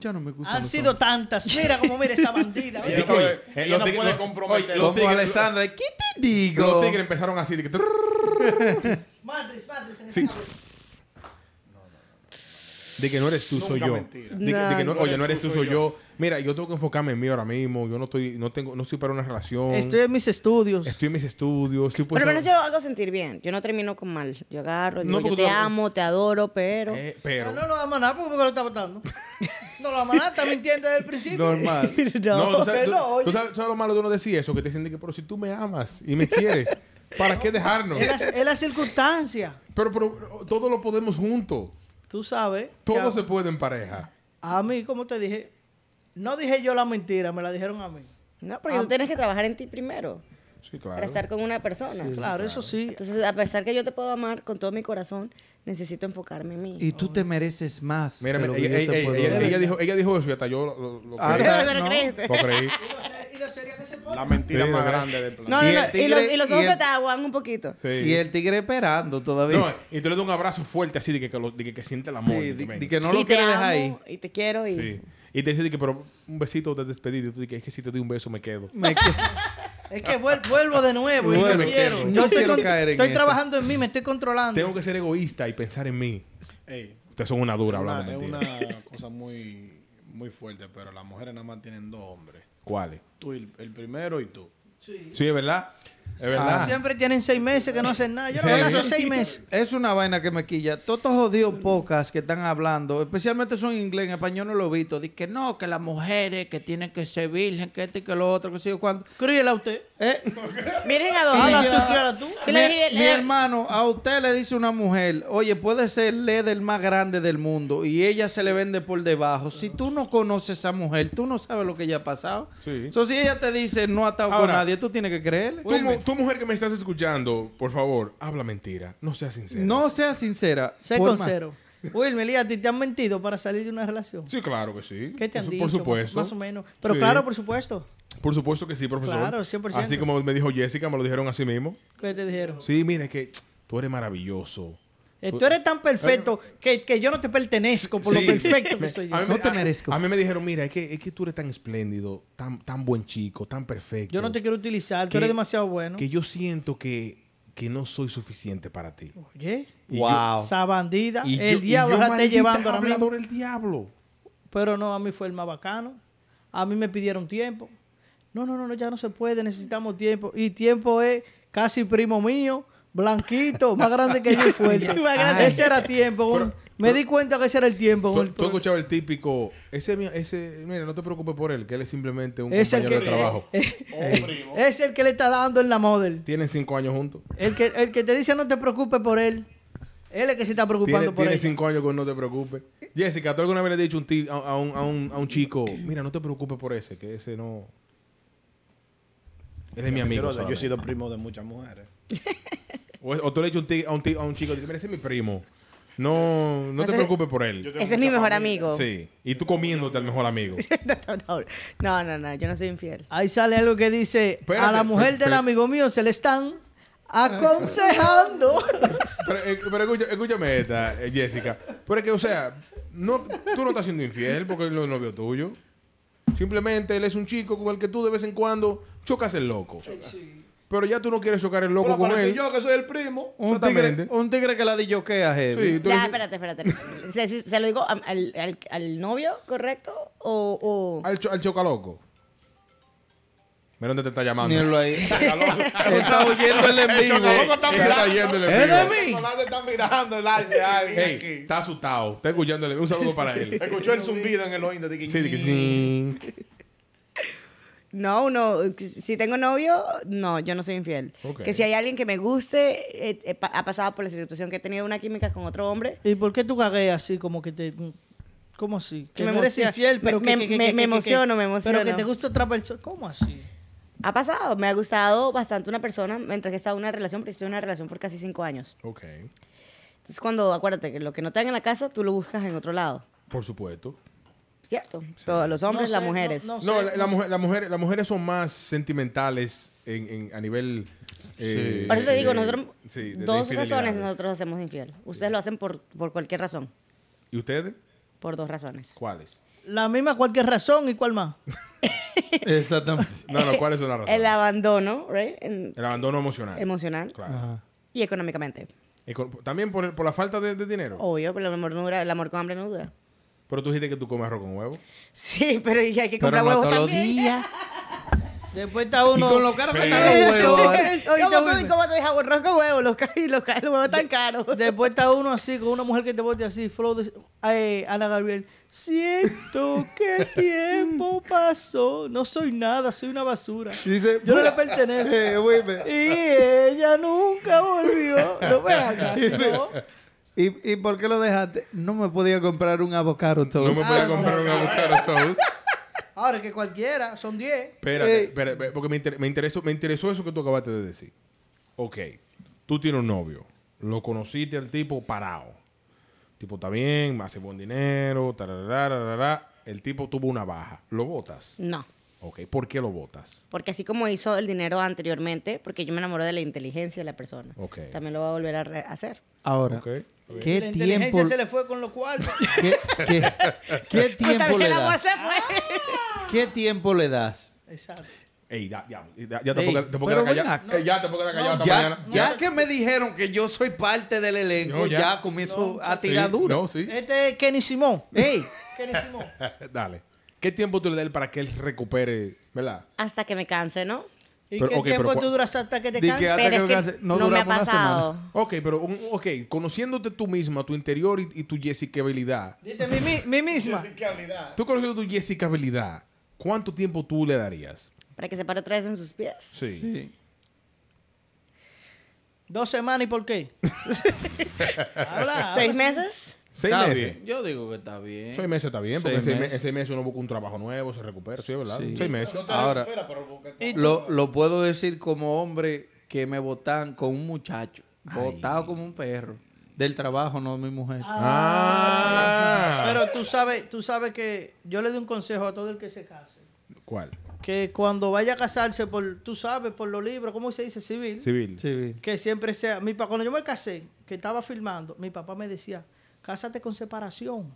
B: yo no me gusta.
C: Han sido tantas. Mira cómo mira esa bandida.
A: Eh,
D: Sí,
C: mira.
D: no puede- ella no puede comprometerlo.
A: los,
B: Como
A: tigres,
B: Alessandra, ¿qué te digo?
A: los tigres empezaron así. De que,
C: Matrix, Matrix, en
A: Sí.
C: esa cabeza.
A: de que no eres tú,
D: Nunca
A: soy yo.
D: mentira.
A: De que- de que no-
D: No,
A: oye, no eres tú, soy yo. Mira, yo tengo que enfocarme en mí ahora mismo. Yo no estoy, no tengo, no estoy para una relación.
C: Estoy en mis estudios.
A: Estoy en mis estudios. Estoy
E: Por lo menos
A: puesto-
E: yo lo hago sentir bien. Yo no termino con mal. Yo agarro,
A: Pues No,
E: digo, yo
A: porque
E: te
A: tú-
E: amo, te adoro, pero...
A: Eh,
C: Ah,
A: pero...
C: No lo vamos a nada porque porque lo está votando. No lo vamos a nada, está mintiendo desde el principio.
B: Normal.
A: No, tú, sabes,
C: que
A: tú-
C: no, oye.
A: tú sabes- tú sabes lo malo de uno decir eso, que te sientes que, pero si tú me amas y me quieres, ¿para qué dejarnos?
C: Es la, es la circunstancia.
A: Pero, pero todo lo podemos juntos.
C: Tú sabes. que
A: Todo
C: a,
A: se puede en pareja.
C: a mí, como te dije, no dije yo la mentira, me la dijeron a mí.
E: No, porque tú tienes que trabajar en ti primero
A: Sí,
E: para
A: claro.
E: estar con una persona.
C: Claro, eso sí.
E: Entonces, a pesar que yo te puedo amar con todo mi corazón, necesito enfocarme en mí.
B: Y tú te mereces más.
A: Mira,
B: que lo
A: mira,
B: que
A: ella,
B: yo te
A: ella-
B: puedo
A: ella-
B: dar.
A: ella dijo, ella dijo eso y hasta yo lo, lo- lo
B: Ah,
A: creí.
E: ¿Te lo
B: no.
E: creíste?
A: Lo creí.
C: Y lo, se- y lo seria que se pone.
D: La mentira
A: Sí,
D: más
A: lo que-
D: grande del planeta.
E: No, no,
B: Y
E: no.
B: el
E: Y los,
B: tigre-
E: y los
B: y
E: ojos
B: el-
E: se te aguan un poquito.
A: Sí.
B: Y el tigre esperando todavía.
A: No, y tú le das un abrazo fuerte así de que, que lo- de que, que siente el amor.
B: sí,
A: de que
B: di-
A: ven.
B: di que no
E: Sí,
B: lo
E: te
B: quiere
E: amo
B: dejar ahí.
E: y te quiero y...
A: Sí. Y te dice de que, pero un besito de despedida. Y tú dices, es que si te doy un beso me quedo.
B: Me que-
C: Es que vuel- vuelvo de nuevo y
B: Vuelvo.
C: no quiero.
B: No
C: Yo estoy,
B: quiero
C: con-
B: caer en
C: estoy
B: eso.
C: trabajando en mí, me estoy controlando.
A: Tengo que ser egoísta y pensar en mí.
D: Ey,
A: Ustedes son una dura
D: una-
A: hablando
D: es
A: mentira.
D: una cosa muy, muy fuerte, pero las mujeres nada más tienen dos hombres.
A: ¿Cuáles?
D: Tú, y el, el primero y tú.
A: Sí, es verdad. Es verdad.
B: Ah.
C: Siempre tienen seis meses que no hacen nada. Yo lo hago hace seis meses.
B: Es una vaina que me quilla. Todos estos jodidos pocas que están hablando, especialmente son en inglés, en español no lo he visto. Dice que no, que las mujeres que tienen que ser virgen, que esto y que lo otro, que sé yo cuándo.
C: Críela usted.
B: Eh,
E: Miren a
C: Habla
E: dónde.
C: tú, críala tú.
E: Sí,
B: mi,
E: le dije-
B: mi
C: eh,
E: le-
B: hermano, a usted le dice una mujer, oye, puede ser LED el más grande del mundo y ella se le vende por debajo. Si tú no conoces a esa mujer, tú no sabes lo que ella ha pasado.
A: Sí.
B: So, si ella te dice no ha estado con
A: Ahora,
B: nadie, tú tienes que creerle.
A: Tú, mu- tú, mujer que me estás escuchando, por favor, habla mentira. No seas sincera.
B: No seas sincera.
C: Sé
B: por
C: con
B: más.
C: cero. Wilmer, ¿y a ti te han mentido para salir de una relación?
A: Sí, claro que sí.
C: ¿Qué te han
A: por, su-
C: dicho?
A: Por
C: Más-
A: supuesto.
C: Más, o menos. Pero
A: Sí.
C: claro, por supuesto.
A: Por supuesto que sí, profesor.
C: Claro, 100%.
A: Así como me dijo Jessica, me lo dijeron así mismo.
C: ¿Qué te dijeron?
A: Sí, mira, es que tú eres maravilloso.
C: Eh, Tú eres tan perfecto que, que yo no te pertenezco por
A: Sí.
C: lo perfecto que soy yo.
A: A mí
B: No
A: me-
B: te
A: a-
B: merezco.
A: A mí me dijeron, mira, es que, es que tú eres tan espléndido, tan, tan buen chico, tan perfecto.
C: Yo no te quiero utilizar, tú
A: que-
C: eres demasiado bueno.
A: Que yo siento que, que no soy suficiente para ti.
C: Oye,
A: Y
B: Wow.
C: esa bandida,
A: yo- y
C: el
A: yo- y
C: diablo
A: yo,
C: la está
A: maldita
C: llevando ahora mismo.
A: hablador, el diablo.
C: Pero no, a mí fue el más bacano. A mí me pidieron tiempo. No, no, no, no, ya no se puede, necesitamos tiempo. Y tiempo es casi primo mío, blanquito, más grande que yo y fuerte.
E: Más grande.
C: Ese era tiempo. un- me di cuenta que ese era el tiempo.
A: Tú,
C: un-
A: tú has escuchado el típico, ese, mi- ese, mira, no te preocupes por él, que él es simplemente un
C: Es el
A: compañero
C: que-
A: de trabajo.
D: Oh, primo.
C: es el que le está dando en la model.
A: Tienen cinco años juntos.
C: El que, el que te dice no te preocupes por él, él es el que se está
A: Tiene,
C: preocupando por
A: tiene
C: él.
A: cinco años con no te preocupes. Jessica, ¿tú alguna vez le has dicho un ti- a, a un, a un- a un chico, mira, no te preocupes por ese, que ese no... Él es mi amigo.
D: Pero Yo he
A: solamente.
D: sido primo de muchas mujeres.
A: O, o tú le has dicho un ti- a, un ti- a un chico, mira, ese es mi primo. No, no te
E: Ese-
A: preocupes por él.
D: Yo
E: Ese es mi mejor amigo.
A: Sí. Y tú comiéndote al mejor amigo.
E: No, no, no, yo no soy infiel.
C: Ahí sale algo que dice, a
A: Espérate,
C: la mujer
A: pe-
C: del
A: pe-
C: amigo mío se le están aconsejando.
A: Pero, eh, pero escucha- escúchame esta, eh, Jessica. Pero es que, o sea, no, tú no estás siendo infiel porque él no es novio tuyo. Simplemente él es un chico con el que tú de vez en cuando chocas el loco. Pero ya tú no quieres chocar el loco
D: Pero
A: con
D: aparecí
A: él.
D: yo que soy el primo.
B: Un tigre,
A: Exactamente.
B: un tigre que la di yoquea,
A: Sí,
B: heavy.
A: tú
E: Ya,
A: dices-
E: espérate, espérate. ¿Se, se- se lo digo am- al, al- al novio, correcto? ¿O, o-
A: al, cho- al chocaloco. Mira dónde te está llamando.
B: Mírenlo ahí. Él está oyendo el
D: El
B: en vivo.
D: chocaloco está
A: Ese eh, está
D: mirando.
A: yendo el
B: ¿Es de
A: enemigo.
B: mí?
D: Solano está mirando el aire de alguien
A: Ey,
D: aquí.
A: está asustado. Está escuchándole. Un saludo para él.
D: Escuchó el zumbido en el oído. de que-
A: Sí, de que-
E: No, no. Si tengo novio, no, yo no soy infiel.
A: Ok.
E: Que si hay alguien que me guste, eh, eh, pa- ha pasado por la situación que he tenido una química con otro hombre.
C: ¿Y por qué tú cagueas así como que te... ¿Cómo así? Que
E: Me
C: no eres
E: emociona-
C: infiel, pero
E: me-
C: que, que- que-
E: me-
C: que-
E: me
C: que-
E: emociono, me
C: Pero que
E: emociono.
C: te gusta otra persona. ¿Cómo así?
E: Ha pasado. Me ha gustado bastante una persona mientras que he estado en una relación, porque estuve en una relación por casi cinco años.
A: Ok.
E: Entonces, cuando, acuérdate, que lo que no te dan en la casa, tú lo buscas en otro lado.
A: Por supuesto.
E: ¿Cierto? Todos los hombres,
C: No
E: las
C: sé,
E: mujeres.
C: no- no
A: No,
C: sé,
A: la- la
C: no sé.
A: mujer- la mujer- las mujeres son más sentimentales en, en- a nivel. eh,
E: Por eso te digo,
A: eh,
E: nosotros,
A: sí, de- de
E: dos
A: infidelidades.
E: razones nosotros hacemos infiel. Ustedes lo hacen por, por cualquier razón,
A: ¿Y ustedes?
E: por dos razones.
A: ¿Cuáles?
C: La misma cualquier razón y cuál más.
B: Exactamente.
A: No, no, ¿cuáles son las razones?
E: El abandono, right? En-
A: El abandono emocional.
E: emocional
A: Claro.
E: y económicamente.
A: Y con- también por, el- por la falta de, de dinero.
E: Obvio, pero el amor, no dura- el amor con hambre no dura.
A: Pero tú dijiste que tú comes arroz con huevo.
E: Sí, pero y hay que
B: Pero
E: comprar
B: no
E: huevos
B: todos los
E: también.
B: días.
C: Después está uno...
B: Y con lo caro que
A: Sí.
B: están los huevos. ahora.
C: Ahorita
E: ¿Cómo,
C: vuelve.
E: tú, ¿Cómo te dejas arroz con huevos? Los, ca- los, ca- los huevos tan caros.
C: Después está uno así, con una mujer que te bote así, flow de- Ay, Ana Gabriel. Siento que el tiempo pasó. No soy nada, soy una basura.
B: Y dice,
C: Yo no le
B: "Mira,
C: pertenezco.
B: eh, güey, ve.
C: Y ella nunca volvió. No me hagas, ¿no?
B: ¿Y, ¿Y por qué lo dejaste? No me podía comprar un avocado
E: Oh.
A: No
B: toast.
A: me puedes comprar
E: Ah.
A: un avocado toast.
C: Ahora que cualquiera, son 10.
A: Espérate,
B: Ey.
A: espérate, espérate, porque me, inter- me interesó, me interesó eso que tú acabaste de decir. Ok, tú tienes un novio, lo conociste al tipo parado. El tipo está bien, hace buen dinero, tararara, tararara. el tipo tuvo una baja. ¿Lo votas?
E: No,
A: Ok, ¿por qué lo votas?
E: porque así como hizo el dinero anteriormente, porque yo me enamoro de la inteligencia de la persona.
A: Ok.
E: También lo va a volver a re- hacer.
B: Ahora,
A: Ok.
B: ¿qué
C: la
B: tiempo,
C: inteligencia se le fue con lo cual.
B: qué, qué- qué
E: Pues
B: tiempo
E: también
B: le
E: el amor
B: das?
E: se fue.
B: ¿Qué tiempo le das?
C: Exacto.
A: Ey, ya, ya, ya, ya te puedo
B: Ey,
A: quedar- te puedo quedar
B: pero ven
A: callado.
B: acá.
A: Eh, Ya te puedo quedar callado hasta
B: Ya,
A: mañana.
B: ya que me dijeron que yo soy parte del elenco,
A: No, ya.
B: ya, comienzo a
A: Sí,
B: tirar duro.
A: No, sí.
C: Este es Kenny Simón.
B: Ey,
C: Kenny Simón.
B: Eh.
A: Dale. ¿Qué tiempo tú le das a él para que él recupere, verdad?
E: Hasta que me canse, ¿no?
C: ¿Y
A: Pero,
C: qué
A: ok, pero
C: tiempo
A: cua-
C: tú duras hasta que te
B: Di que
C: canses?
B: hasta
E: Pero es
B: que
E: que
B: hace- no
E: no me ha
B: duramos una semana.
E: pasado.
A: Ok, pero un- ok, conociéndote tú misma, tu interior y, y tu jessicabilidad,
C: Dite mi, mi, mi misma.
D: Qué habilidad.
A: Tú conociendo tu jessicabilidad, ¿cuánto tiempo tú le darías?
E: Para que se pare otra vez en sus pies.
B: sí.
C: Dos semanas y por qué.
B: Ah,
C: Habla,
B: pues
C: habla.
E: ¿Seis meses?
A: ¿Seis
B: Está
A: meses?
B: bien. Yo digo que está bien.
A: Seis meses está bien, porque en
B: Seis
A: seis me- en
B: meses.
A: seis meses uno busca un trabajo nuevo, se recupera, ¿sí, verdad?
B: Sí.
A: Seis meses.
D: No te
B: Ahora-
D: recupera, pero busca-
B: Lo, lo puedo decir como hombre que me votan con un muchacho, votado como un perro, del trabajo, no mi mujer.
A: Ah.
C: Pero tú sabes, tú sabes que yo le doy un consejo a todo el que se case.
A: ¿Cuál?
C: Que cuando vaya a casarse por, tú sabes, por los libros, ¿cómo se dice? Civil.
A: Civil.
B: Sí.
C: Que siempre sea. Mi pa, cuando yo me casé, que estaba filmando, mi papá me decía, cásate con separación.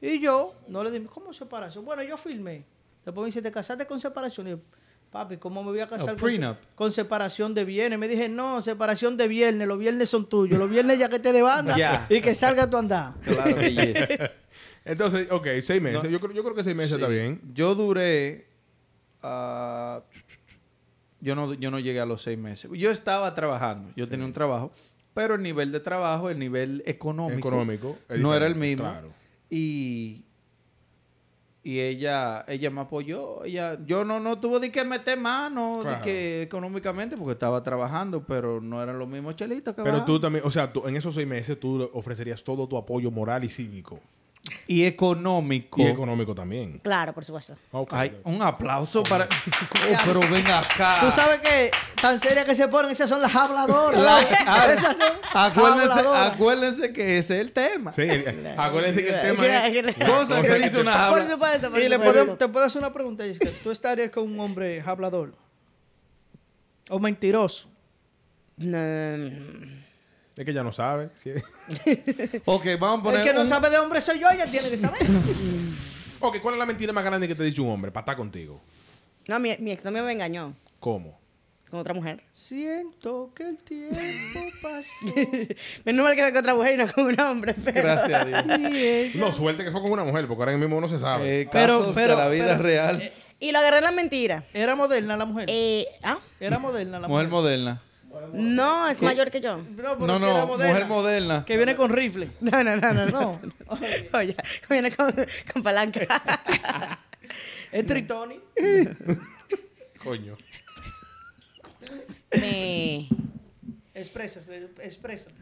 C: Y yo no le dije, ¿cómo separación? Bueno, yo filmé. Después me dice, ¿te casaste con separación? Y yo, papi, ¿cómo me voy a casar con, se-
B: prenup.
C: con separación de bienes? Me dije, no, separación de viernes. Los viernes son tuyos. Los viernes ya que te de banda
B: Ya.
C: y que salga tu andar.
B: Claro que yes.
A: Entonces, ok, seis meses. Yo, creo, yo creo que seis meses
B: Sí.
A: está bien.
B: Yo duré. ah, yo, no, yo no llegué a los seis meses. Yo estaba trabajando, yo tenía un trabajo, pero el nivel de trabajo, el nivel económico,
A: Económico, es
B: no era el
A: diferente,
B: mismo.
A: claro.
B: Y. Y ella, ella me apoyó. Ella, yo no, no tuve de que meter mano
A: Claro.
B: de que económicamente porque estaba trabajando, pero no eran los mismos chelitos que
A: Pero
B: bajaban.
A: tú también, o sea, tú- en esos seis meses tú le ofrecerías todo tu apoyo moral y cívico.
B: Y económico.
A: Y económico también.
E: Claro, por supuesto.
A: Ok.
B: Ay, un aplauso para. Oh, pero venga acá.
C: Tú sabes que tan serias que se ponen, esas son las habladoras.
B: La- ah,
C: esas son
B: acuérdense,
C: habladoras.
B: acuérdense que ese es el tema.
A: Sí, el- acuérdense que el tema es...
B: Cosas que dice una
E: Por
B: habla.
E: supuesto, por
C: Ah, Y le
E: supuesto.
C: puedo, te puedo hacer una pregunta, Jessica. ¿Tú estarías con un hombre hablador? ¿O mentiroso?
E: Mm,
A: Es que ya no sabe. sí.
B: Ok, vamos a
C: El
B: poner.
C: que no
B: un-
C: sabe de hombre soy yo, ella tiene que saber.
A: Ok, ¿cuál es la mentira más grande que te ha dicho un hombre para estar contigo?
E: No, mi, mi exnovio me engañó
A: ¿Cómo?
E: con otra mujer.
C: Siento que el tiempo pasó.
E: Menos mal que fue con otra mujer y no con un hombre. Pero...
B: Gracias a Dios.
C: y ella-
A: No, suerte que fue con una mujer, porque ahora mismo no se sabe.
B: Eh,
C: Pero-
B: casos
C: pero-
B: de la vida
C: pero-
B: real.
E: Y lo agarré en la mentira.
C: Era moderna la mujer.
E: Eh, ¿ah?
C: Era moderna la
B: mujer
C: mujer.
B: moderna.
E: No, es mayor que yo.
C: No, pero
B: No,
C: sí
B: no,
C: era moderna.
B: mujer moderna.
C: Que viene con rifle.
E: No, no, no, no. no.
C: No.
E: Oye, viene con, con palanca.
C: Es Tritoni.
A: Coño.
E: Me-
C: Exprésate, exprésate.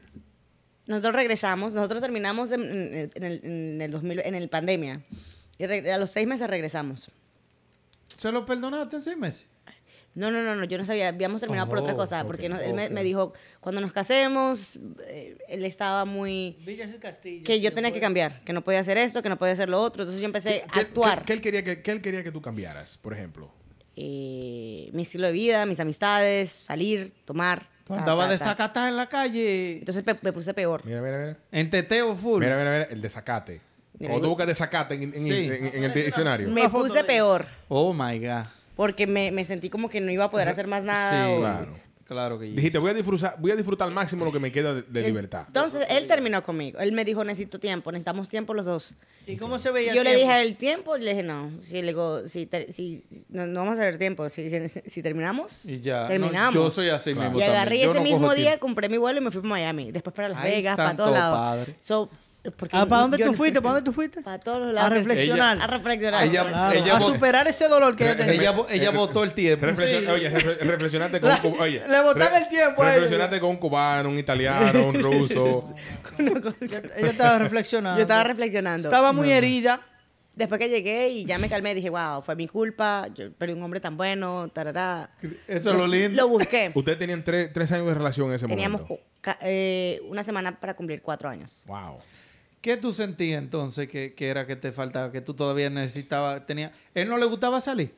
E: Nosotros regresamos, nosotros terminamos en, en- en el, en el 2000, en el pandemia. Y re- a los seis meses regresamos.
B: ¿Se lo perdonaste en seis meses?
E: No, no, no, no, yo no sabía, habíamos terminado por otra
A: Oh,
E: cosa,
A: ok,
E: porque no- él me, me dijo, cuando nos casemos, eh, él estaba muy...
C: Villas y Castillo.
E: Que
C: sí, pues.
E: yo tenía que
C: después.
E: cambiar, que no podía hacer esto, que no podía hacer lo otro, entonces yo empecé a actuar.
A: pues. ¿Qué él quería que, qué él quería que tú cambiaras, por ejemplo?
E: Eh, mi estilo de vida, mis amistades, salir, tomar.
B: Tú
E: ta,
B: andabas
E: ta, ta.
B: desacatada en la calle.
E: Entonces pe- me puse peor.
A: Mira, mira, mira.
B: En teteo full.
A: Mira, mira, mira. El desacate.
E: Mira,
A: o tú
E: yo-
A: buscas desacate en, en-
B: Sí.
A: en- en el diccionario.
E: Me
C: Una foto de
E: puse
C: ella.
E: peor.
B: Oh my God.
E: Porque me, me sentí como que no iba a poder hacer más nada.
B: sí,
E: o-
A: Claro.
B: claro que
A: Dijiste, voy a disfrutar, voy a disfrutar al máximo lo que me queda de, de libertad.
E: Entonces él terminó conmigo. Él me dijo, necesito tiempo, necesitamos tiempo los dos.
C: ¿Y cómo se veía?
E: Yo le dije
C: tiempo?
E: a él tiempo, y le dije, no, si, le digo, si, ter- si- si- no, no vamos a tener tiempo, si, si- si terminamos,
B: Y ya. No,
E: terminamos.
B: yo soy así
A: Claro.
B: mismo.
E: Y agarré
B: también. Yo
E: ese
B: no
E: mismo
B: cojo
E: día,
B: tiempo.
E: compré mi vuelo y me fui para Miami. Después para Las
B: Ay,
E: Vegas, para todos
B: santo
E: lados.
B: padre.
E: So, porque
C: Ah, ¿Para dónde
E: yo
C: tú
E: no-
C: fuiste? ¿Para dónde tú fuiste?
E: Para todos
C: A
E: lados.
C: reflexionar.
E: A reflexionar.
B: Ella-
C: Claro,
B: ella
C: a
B: bo-
C: superar ese dolor que ella tenía.
B: Ella, bo- ella botó el tiempo.
A: Reflexio-
B: Sí.
A: Oye, re- reflexionaste con un cubano. Oye,
C: Le botan
A: re-
C: el tiempo a ellos.
A: Reflexionaste con un cubano, un italiano, un ruso.
C: Ella, ella estaba reflexionando.
E: Yo estaba reflexionando.
C: Estaba muy herida.
E: Después que llegué y ya me calmé, dije, wow, fue mi culpa, yo perdí un hombre tan bueno, tarará.
B: Eso es lo lindo.
E: Lo busqué.
A: Ustedes tenían tres, tres años de relación en ese
E: Teníamos
A: momento.
E: ca- eh, una semana para cumplir cuatro años.
A: Wow.
B: ¿Qué tú sentías entonces que, que era que te faltaba, que tú todavía necesitabas, tenía... ¿Él no le gustaba salir?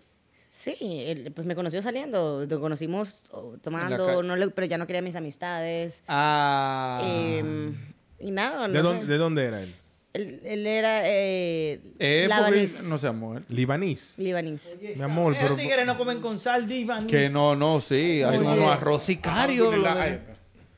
E: Sí, él, pues me conoció saliendo, nos conocimos oh,
B: En la
E: tomando,
B: calle.
E: no le- pero ya no quería mis amistades.
B: Ah...
E: eh, y nada, no
A: ¿De,
E: sé.
A: dónde, de dónde era él?
E: Él, él era eh,
B: Eh, porque
E: labanís,
B: no se muerto.
A: Libanís.
E: libanís.
A: Mi amor,
C: Esos
A: pero.
C: tigres no comen con sal, divan.
B: Que no, no, sí.
C: Oye,
B: Hay unos
C: eso.
B: arroz sicario. Lo de,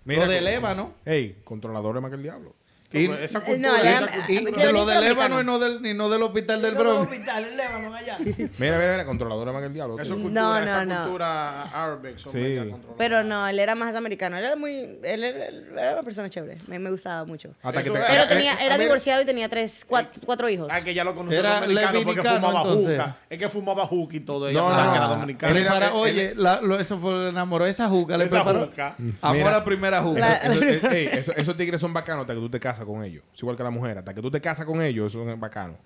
A: Mira,
B: lo de
A: con-
B: Lébano.
A: Ey, controladores más que el diablo.
B: Y,
D: Esa
E: Eh,
D: cultura,
E: no,
D: esa
E: ya-
B: y
E: a mí
B: de lo
E: libanés
B: de Lébano
E: americano.
B: y no del, y no del hospital
C: Del
B: del
C: Bronx.
B: Bronx.
C: hospital, el Líbano, allá.
A: Mira, mira, mira, controladores más que el diablo.
D: Eso es
E: No,
D: cultura, esa
E: no, no.
D: cultura árabe son
A: Sí.
D: media controladas.
E: Pero no, él era más americano. Él era muy. Él era, él era una persona chévere. Me, me gustaba mucho.
A: Hasta que
D: Eso
A: te-
D: es.
E: Pero
A: eh,
E: tenía,
A: eh,
E: era
A: a ver,
E: divorciado y tenía tres, cuatro, cuatro hijos.
D: Ah, que ya lo conocí
B: Era
D: dominicano porque
B: levinicano,
D: fumaba
B: entonces.
D: juca. Es que fumaba juca y todo. Ella
A: No,
B: Ah,
D: pensaba
A: no,
D: que era
A: no.
D: dominicana.
B: Le
A: Él era-
B: prepara-
A: él-
B: oye, la- lo- eso fue, le enamoró esa juca. Le
D: Esa
B: preparó.
D: juca.
B: Amor
A: Mira.
B: a primera juca.
E: La-
A: eso- eso- eh, ey, eso- esos tigres son bacanos hasta que tú te casas con ellos. Es igual que la mujer. Hasta que tú te casas con ellos, son bacanos.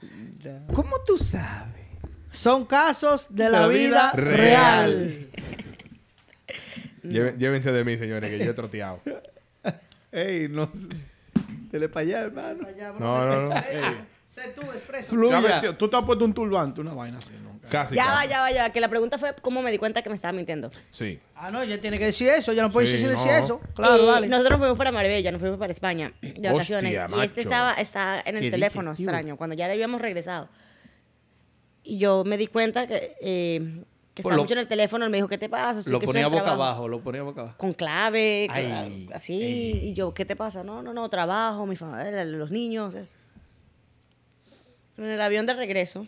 B: ¿Cómo tú sabes?
C: Son casos de la,
B: La
C: vida,
B: vida
A: real.
C: real.
E: Mm.
A: Lleven- Llévense de mí, señores, que yo he troteado.
B: Ey, no. Dele para allá, hermano.
C: Allá, brother,
A: No, no, no.
C: expresa. Sé tú, expresa.
D: Ya
B: Fluya.
D: ves, tío, Tú te has puesto un turbante, una vaina así. ¿no?
A: Casi.
E: ya va,
A: casi.
E: ya va, ya va. Que la pregunta fue cómo me di cuenta que me estaba mintiendo.
A: Sí.
C: Ah, no, ella tiene que decir eso. Ella no puede
A: Sí,
C: decir,
A: no.
C: decir eso. Claro,
E: Y
C: dale.
E: Nosotros fuimos para Marbella, nos fuimos para España de
A: Hostia,
E: vacaciones. y
A: macho.
E: este estaba, estaba en
B: ¿Qué
E: el teléfono
B: dices, tío?
E: extraño, cuando ya le habíamos regresado. Y yo me di cuenta que, eh, que
B: Pues
E: estaba
B: lo-
E: mucho en el teléfono. Él me dijo, ¿qué te pasa? Estoy
B: Lo
E: que estoy
B: ponía
E: en el
B: boca
E: trabajo".
B: abajo, lo ponía boca abajo.
E: Con clave, que-
B: Ay,
E: así. Y yo, ¿qué te pasa? No, no, no, trabajo, mi familia, los niños, eso. Pero en el avión de regreso,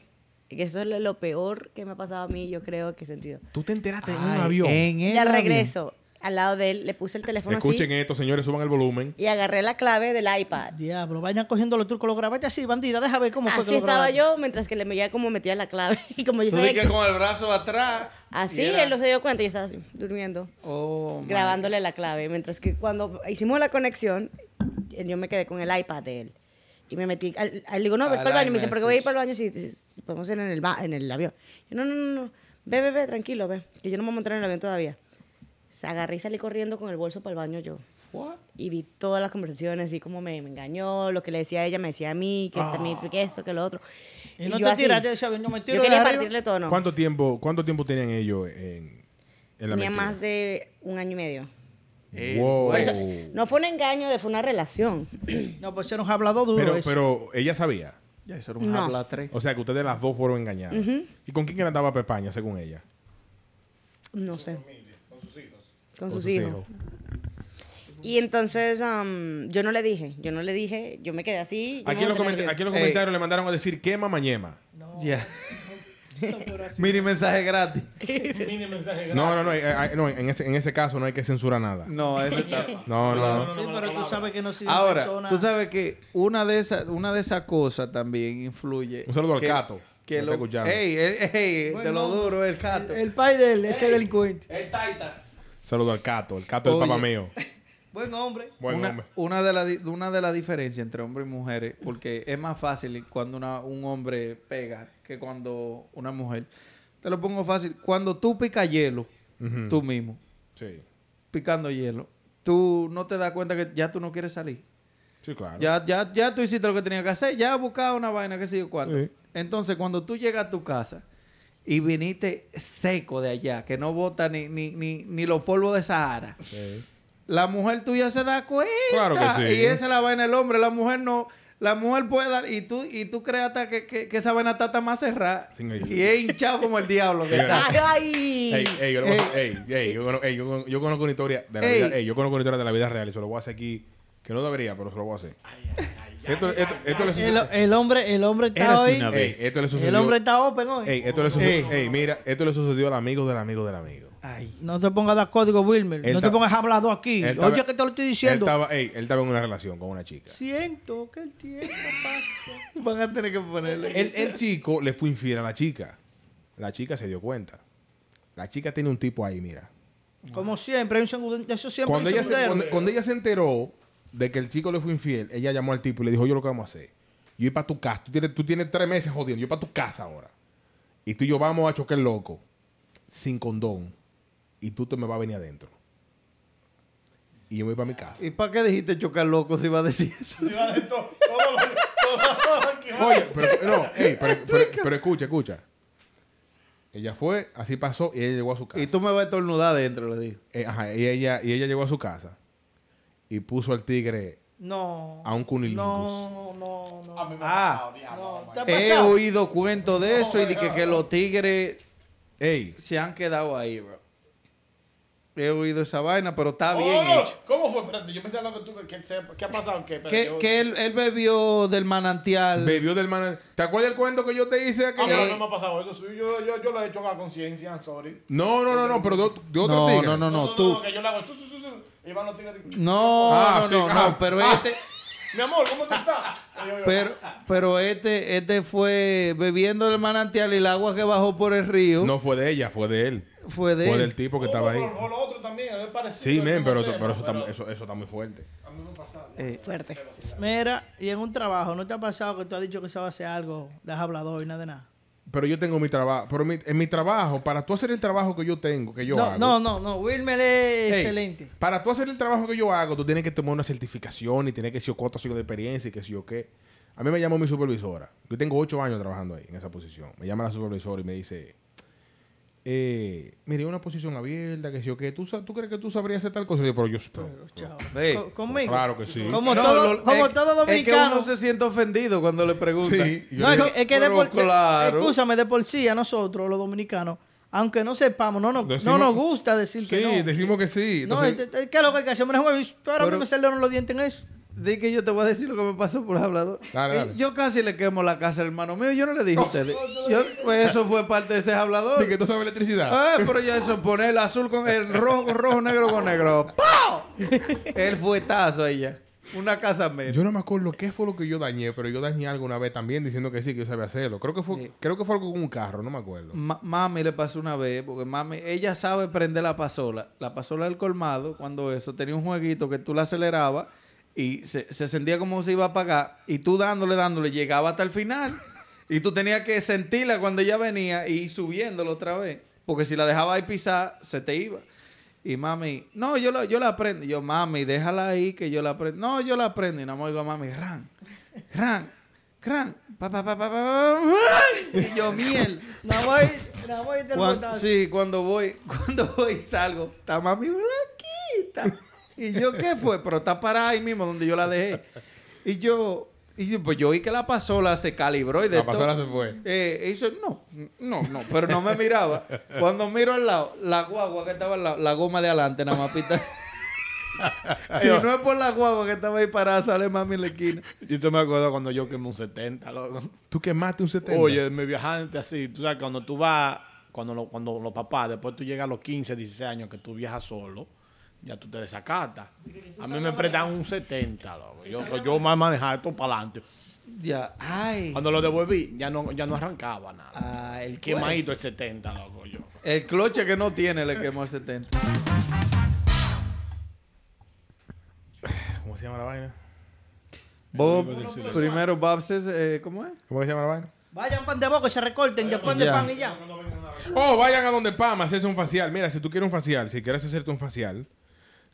E: que eso es lo- lo peor que me ha pasado a mí, yo creo que he sentido.
A: Tú te enteraste en un
B: Ay,
A: avión.
B: en el
E: De
B: avión.
E: regreso, al lado de él, le puse el teléfono
A: Escuchen
E: así
A: esto, señores, suban el volumen.
E: y agarré la clave del iPad.
C: Diablo, vayan cogiendo los trucos. Lo grabaste así, bandida. Deja ver cómo fue
E: Así
C: que lo
E: estaba
C: grabaste.
E: yo mientras que le veía cómo metía la clave. Y como yo
B: Tú
E: sabía
B: di Pues que
E: que-
B: con el brazo atrás.
E: Así,
B: y era-
E: él no se dio cuenta y estaba así, durmiendo,
B: Oh, my
E: grabándole la clave. Mientras que cuando hicimos la conexión, yo me quedé con el iPad de él. Y me metí, al- al- le digo, no, ve
B: Al
E: para el baño. Me dice, ¿por qué voy a ir
B: iMessage.
E: para el baño si, si- si podemos ir en el, ba- en el avión? Yo, no, no, no, no, ve, ve, ve, tranquilo, ve, que yo no me voy a montar en el avión todavía. Se agarré y salí corriendo con el bolso para el baño yo.
B: What?
E: y vi todas las conversaciones, vi cómo me, me engañó, lo que le decía a ella me decía a mí, que, también, que esto, que lo otro.
C: Ah. Y no
E: yo
C: te
E: así,
C: tiraste de ese avión. Yo me tiro
E: Yo
C: de
E: quería
C: arriba.
E: partirle todo, ¿no?
A: ¿Cuánto tiempo, cuánto tiempo tenían ellos en, en la mentira?
E: Tenía más de un año y medio.
A: Ya. Wow.
E: Por eso, no fue un engaño, de- fue una relación.
C: No, pues se nos ha hablado duro
A: Pero,
C: eso.
A: pero ella sabía.
B: Ya eso era un
E: No.
B: habla tres.
A: O sea, que ustedes las dos fueron engañadas. ¿Y con quién que le andaba Pepaña, según ella?
E: No sé. Con sus hijos. Con sus hijos. Y entonces am, yo no le dije, yo no le dije, yo me quedé así. yo
A: Aquí
E: no
A: en los,
E: voy a
A: coment-
E: tener
A: aquí en los
B: Ey.
A: comentarios le mandaron a decir quema mañema.
B: Ya. Miri mensaje gratis.
A: No, no, no. eh, eh, no, en, ese, en ese caso no hay que censurar nada.
B: No, eso está.
A: No, no, no.
C: sí, pero tú sabes que no soy una
B: Ahora,
C: persona...
B: tú sabes que una de esas una de esas cosas también influye.
A: Un saludo al
B: que-
A: Cato, que
B: Que
A: está
B: lo,
A: escuchando.
B: ey, ey, ey, de
C: Bueno,
B: lo duro el Cato.
C: El, el pai de él, ese delincuente.
A: Saludo al Cato, el Cato del
B: Oye.
A: papá mío.
C: Buen hombre.
A: Buen
B: una,
A: hombre.
B: una de las di- una de las diferencias entre hombres y mujeres, porque es más fácil cuando una- un hombre pega que cuando una mujer. Te lo pongo fácil. Cuando tú picas hielo,
A: Ujú.
B: tú mismo,
A: Sí.
B: picando hielo, tú no te das cuenta que ya tú no quieres salir.
A: Sí, claro.
B: Ya, ya, ya tú hiciste lo que tenías que hacer, ya buscaba una vaina, qué sé yo cuánto.
A: Sí.
B: Entonces, cuando tú llegas a tu casa y viniste seco de allá, que no bota ni, ni, ni, ni los polvos de Sahara,
A: Sí.
B: la mujer tuya se da cuenta.
A: Claro que sí.
B: Y esa es la vaina del hombre, la mujer no. La mujer puede dar, y tú, y tú creas hasta que, que, que esa vaina está tan más cerrada.
A: Sin ella.
B: y es hinchado como el diablo. que está.
E: ¡Ay!
A: Ey, ey, yo, le voy a- ey, ey, yo cono- ey, yo con- yo conozco una historia de la
B: Ey.
A: vida, ey, yo conozco una historia de la vida real y se lo voy a hacer aquí, que no debería, pero se lo voy a hacer. Esto, esto, esto le
C: El,
A: sucedió.
C: el hombre, el hombre está
F: Érase
C: hoy.
F: una
A: Ey,
F: vez.
A: esto le sucedió.
C: El hombre está open hoy.
A: Ey, esto le sucedió. Ey, mira, esto le sucedió al amigo del amigo del amigo.
B: Ay,
C: No te pongas a dar código, Wilmer.
A: Él
C: No te
A: ta-
C: pongas hablado aquí.
A: Él
C: Oye,
A: estaba-
C: que te lo estoy
A: Él
C: diciendo.
A: estaba, ey, él estaba en una relación con una chica.
C: Siento que el tiempo pasa.
B: van a tener que ponerle.
A: El, el chico le fue infiel a la chica. La chica se dio cuenta. La chica tiene un tipo ahí, mira.
C: Como siempre, hay un sangudero. Eso siempre
A: Cuando
C: hay un
A: ella, se,
C: sangudero.
A: cuando, cuando ella se enteró de que el chico le fue infiel, ella llamó al tipo y le dijo, yo lo que vamos a hacer. Yo voy para tu casa. Tú tienes, tú tienes tres meses jodiendo. Yo para tu casa ahora. Y tú y yo vamos a chocar loco. Sin condón. Y tú te me vas a venir adentro. Y yo me voy para mi casa.
B: ¿Y para qué dijiste chocar loco si iba a decir eso?
A: Oye, pero, no, ey, pero, pero- pero escucha, escucha. Ella fue, así pasó y ella llegó a su casa.
B: Y tú me vas a estornudar adentro, le digo.
A: Eh, ajá, y ella, y ella llegó a su casa y puso al tigre
C: No.
A: a un cunilingus.
C: No, no, no.
B: Ah,
A: eh,
C: no. ¿Te ha
B: He
C: pasado?
B: oído cuentos de eso y de que, que los tigres
A: Ey,
B: se han quedado ahí, bro. He oído esa vaina, pero está bien
C: Oh,
B: hecho.
D: Oh, ¿Cómo fue? Espérate, yo pensé que tú, que, se- ¿qué ha pasado? ¿Qué? Espérate,
B: Que,
D: yo-
B: que él, él bebió del manantial.
A: bebió del man. ¿Te acuerdas el cuento que yo te hice
D: Ah,
A: aquella?
D: pero no me ha pasado eso. Sí, yo, yo, yo lo he hecho a conciencia, I'm sorry.
A: No, no, no, no, pero de, de otro
B: no,
A: tigre.
B: no, no, no, tú.
D: que yo le hago. su, su, su, su, y van los tigres.
B: No,
A: Ah,
B: no,
A: sí,
B: no,
A: ah,
B: no, pero
A: ah.
B: este,
D: Mi amor, ¿cómo tú estás? Y yo- oh, yo-
B: pero, pero este, este fue bebiendo del manantial y el agua que bajó por el río
A: No fue de ella, fue de él.
B: fue de
A: Fue
B: él.
A: del tipo que
D: Oh,
A: estaba ahí.
D: pero lo otro también, es parecido
A: Sí,
D: al
A: men,
D: mismo
A: pero,
D: tema,
A: pero, eso, está,
D: pero-
A: eso, eso está muy fuerte.
E: Fuerte.
C: Mira, y en un trabajo, ¿no te ha pasado que tú has dicho que sabes hacer algo? Das hablado y nada de nada.
A: Pero yo tengo mi trabajo. Pero mi- en mi trabajo, para tú hacer el trabajo que yo tengo, que yo
C: no,
A: hago.
C: no, no, no. Wilmer es
A: Ey,
C: excelente.
A: Para tú hacer el trabajo que yo hago, tú tienes que tomar una certificación y tienes que ser cuatro siglos de experiencia y que si yo qué. A mí me llamó mi supervisora. Yo tengo ocho años trabajando ahí, en esa posición. Me llama la supervisora y me dice, eh, mire, una posición abierta, que si yo qué. ¿Tú, sa- tú crees que tú sabrías hacer tal cosa? Y yo, pero yo... pero-
C: Chao.
B: Ey.
C: Co- Conmigo.
A: pues Claro que sí.
C: Como
B: No,
C: todo,
B: lo-
C: como
B: es-
C: todo
B: Es que
C: dominicano.
B: uno se siente ofendido cuando le preguntan.
A: Sí, yo
C: No, es
A: le-
C: que, es que de
B: Pero
C: por, de-
B: claro.
C: excúsame, de por sí a nosotros, los dominicanos, aunque no sepamos, no nos,
A: Decimos-
C: no nos gusta decir
A: sí,
C: que no.
A: decimos que sí.
C: no,
A: Entonces,
C: este- este- ¿qué es lo que hay que hacer? Mira, jueves, tú ahora
B: Pero-
C: mismo se le dieron los dientes en eso.
B: Di que yo te voy a decir lo que me pasó por hablador.
A: Dale,
B: Y
A: dale. Oh,
B: Yo casi le quemo la casa al hermano mío. Yo no le dije a ustedes. Yo- pues eso fue parte de ese hablador.
A: di que tú sabes electricidad.
B: Ah, pero ya eso, poner el azul con el rojo con rojo, negro con negro. ¡Pow! El fuetazo ahí ya. Una casa menos.
A: Yo no me acuerdo qué fue lo que yo dañé, pero yo dañé algo una vez también diciendo que sí, que yo sabía hacerlo. Creo que fue,
B: Sí.
A: creo que fue algo con un carro, no me acuerdo.
B: Ma- mami le pasó una vez, porque mami, ella sabe prender la pasola. La pasola del colmado, cuando eso, tenía un jueguito que tú la acelerabas y se, se sentía como se iba a apagar. Y tú dándole, dándole, llegaba hasta el final. Y tú tenías que sentirla cuando ella venía y subiéndola otra vez. Porque si la dejaba ahí pisar, se te iba. Y mami, no, yo, la- yo la prendo. Y Yo, mami, déjala ahí que yo la prendo. No, yo la prendo. Y nada más digo a mami, ran, ran, ran, pa, pa, pa, pa, pa, pa, ran. Y yo, miel.
C: No voy, no voy del
B: Cuan-
C: botazo.
B: sí, cuando voy, cuando voy y salgo, está mami blanquita. Y yo, ¿qué fue? Pero está parada ahí mismo donde yo la dejé. Y yo, y yo, pues yo vi que la pasola se calibró y de
A: La pasola
B: todo.
A: se fue.
B: Eh, e hizo, no, no, no, pero no me miraba. Cuando miro al lado, la guagua que estaba al lado, la goma de adelante nada más pita. si no es por la guagua que estaba ahí parada, sale mami en la esquina.
D: Yo te me acuerdo cuando yo quemé un 70, loco.
A: Tú quemaste un 70.
D: Oye, mi viajante así, tú sabes, cuando tú vas, cuando, lo- cuando los papás, después tú llegas a los 15, 16 años que tú viajas solo, ya tú te desacatas. A mí me prestan un 70, loco. Yo, yo más manejaba esto para adelante.
B: Ya, ay.
D: Cuando lo devolví, ya no, ya no arrancaba nada.
B: Ah, el
D: Quemadito el 70, loco, yo.
B: El cloche que no tiene le quemó el 70.
A: ¿Cómo se llama la vaina?
B: Bob, primero Bobsters, eh, ¿cómo es?
A: ¿Cómo que se llama la vaina?
C: Vayan pan de boca, se recorten, ya pan de
B: Ya.
C: pan y ya.
A: Oh, vayan a donde Pam, hacerse un facial. Mira, si tú quieres un facial, si quieres hacerte un facial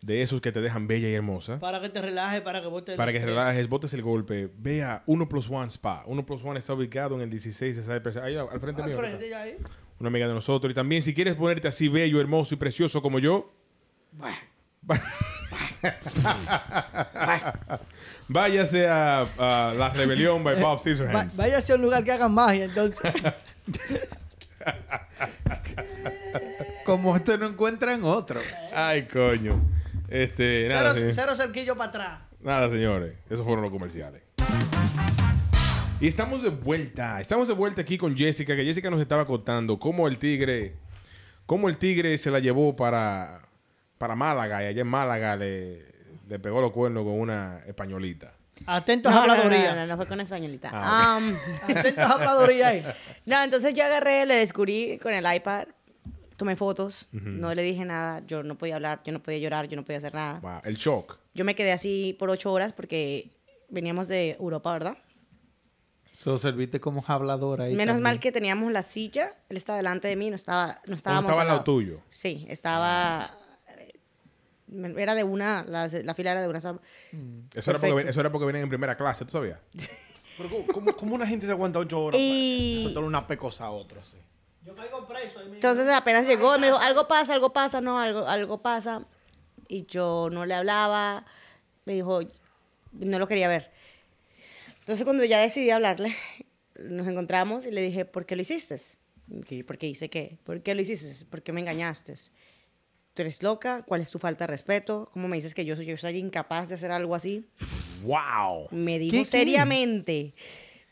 A: de esos que te dejan bella y hermosa,
C: Para que te relajes, para que vos te Ah,
A: para que te
C: desestreses.
A: relajes, botes el golpe, vea 1 plus 1 Spa. 1 plus 1 está ubicado en el 16 de Cypress. Ahí al frente
C: Al
A: mío.
C: frente, ya ahí.
A: Una amiga de nosotros. Y también, si quieres ponerte así bello, hermoso y precioso como yo, váyase a, a La Rebelión by Bob
C: Eh, Va-
A: Scissorhands.
C: váyase a un lugar que hagan magia, entonces.
B: Como esto no encuentran otro.
A: Ay, coño. Este,
C: cero,
A: nada, sí.
C: cero cerquillo para atrás.
A: Nada, señores. Esos fueron los comerciales. Y estamos de vuelta. Estamos de vuelta aquí con Jessica, que Jessica nos estaba contando cómo el tigre, cómo el tigre se la llevó para, para Málaga y allá en Málaga le, le pegó los cuernos con una españolita.
C: Atentos a
E: No, no, no,
C: habladuría.
E: no, no, no fue con españolita.
A: Ah,
E: Am,
C: Atentos a habladuría ahí.
E: no, entonces yo agarré, le descubrí con el iPad, tomé fotos, no le dije nada, yo no podía hablar, yo no podía llorar, yo no podía hacer nada.
A: Wow, El shock.
E: Yo me quedé así por ocho horas porque veníamos de Europa, ¿verdad?
B: So, serviste como habladora ahí.
E: Menos
B: también.
E: mal que teníamos la silla, él estaba delante de mí, no estaba, no estábamos.
A: estaba al lado tuyo?
E: Sí, estaba. eh, Era de una, la, la fila era de una sola.
A: Eso era,
E: Perfecto.
A: porque, eso era porque venían en primera clase, ¿tú sabías?
D: Pero ¿cómo- ¿cómo, cómo una gente se aguanta ocho horas
E: Y-
D: para soltar una pecosa a otro? así?
C: Yo caigo preso. ahí mismo.
E: Entonces apenas llegó, me dijo, algo pasa, algo pasa, no, algo, algo pasa. Y yo no le hablaba, me dijo, no lo quería ver. Entonces cuando ya decidí hablarle, nos encontramos y le dije, ¿por qué lo hiciste? "¿Qué- ¿Por qué hice qué? ¿Por qué lo hiciste? ¿Por qué me engañaste? ¿Tú eres loca? ¿Cuál es tu falta de respeto? ¿Cómo me dices que yo soy, yo soy incapaz de hacer algo así?
A: ¡Wow!
E: Me
B: ¿Qué,
E: dijo
B: qué?
E: seriamente.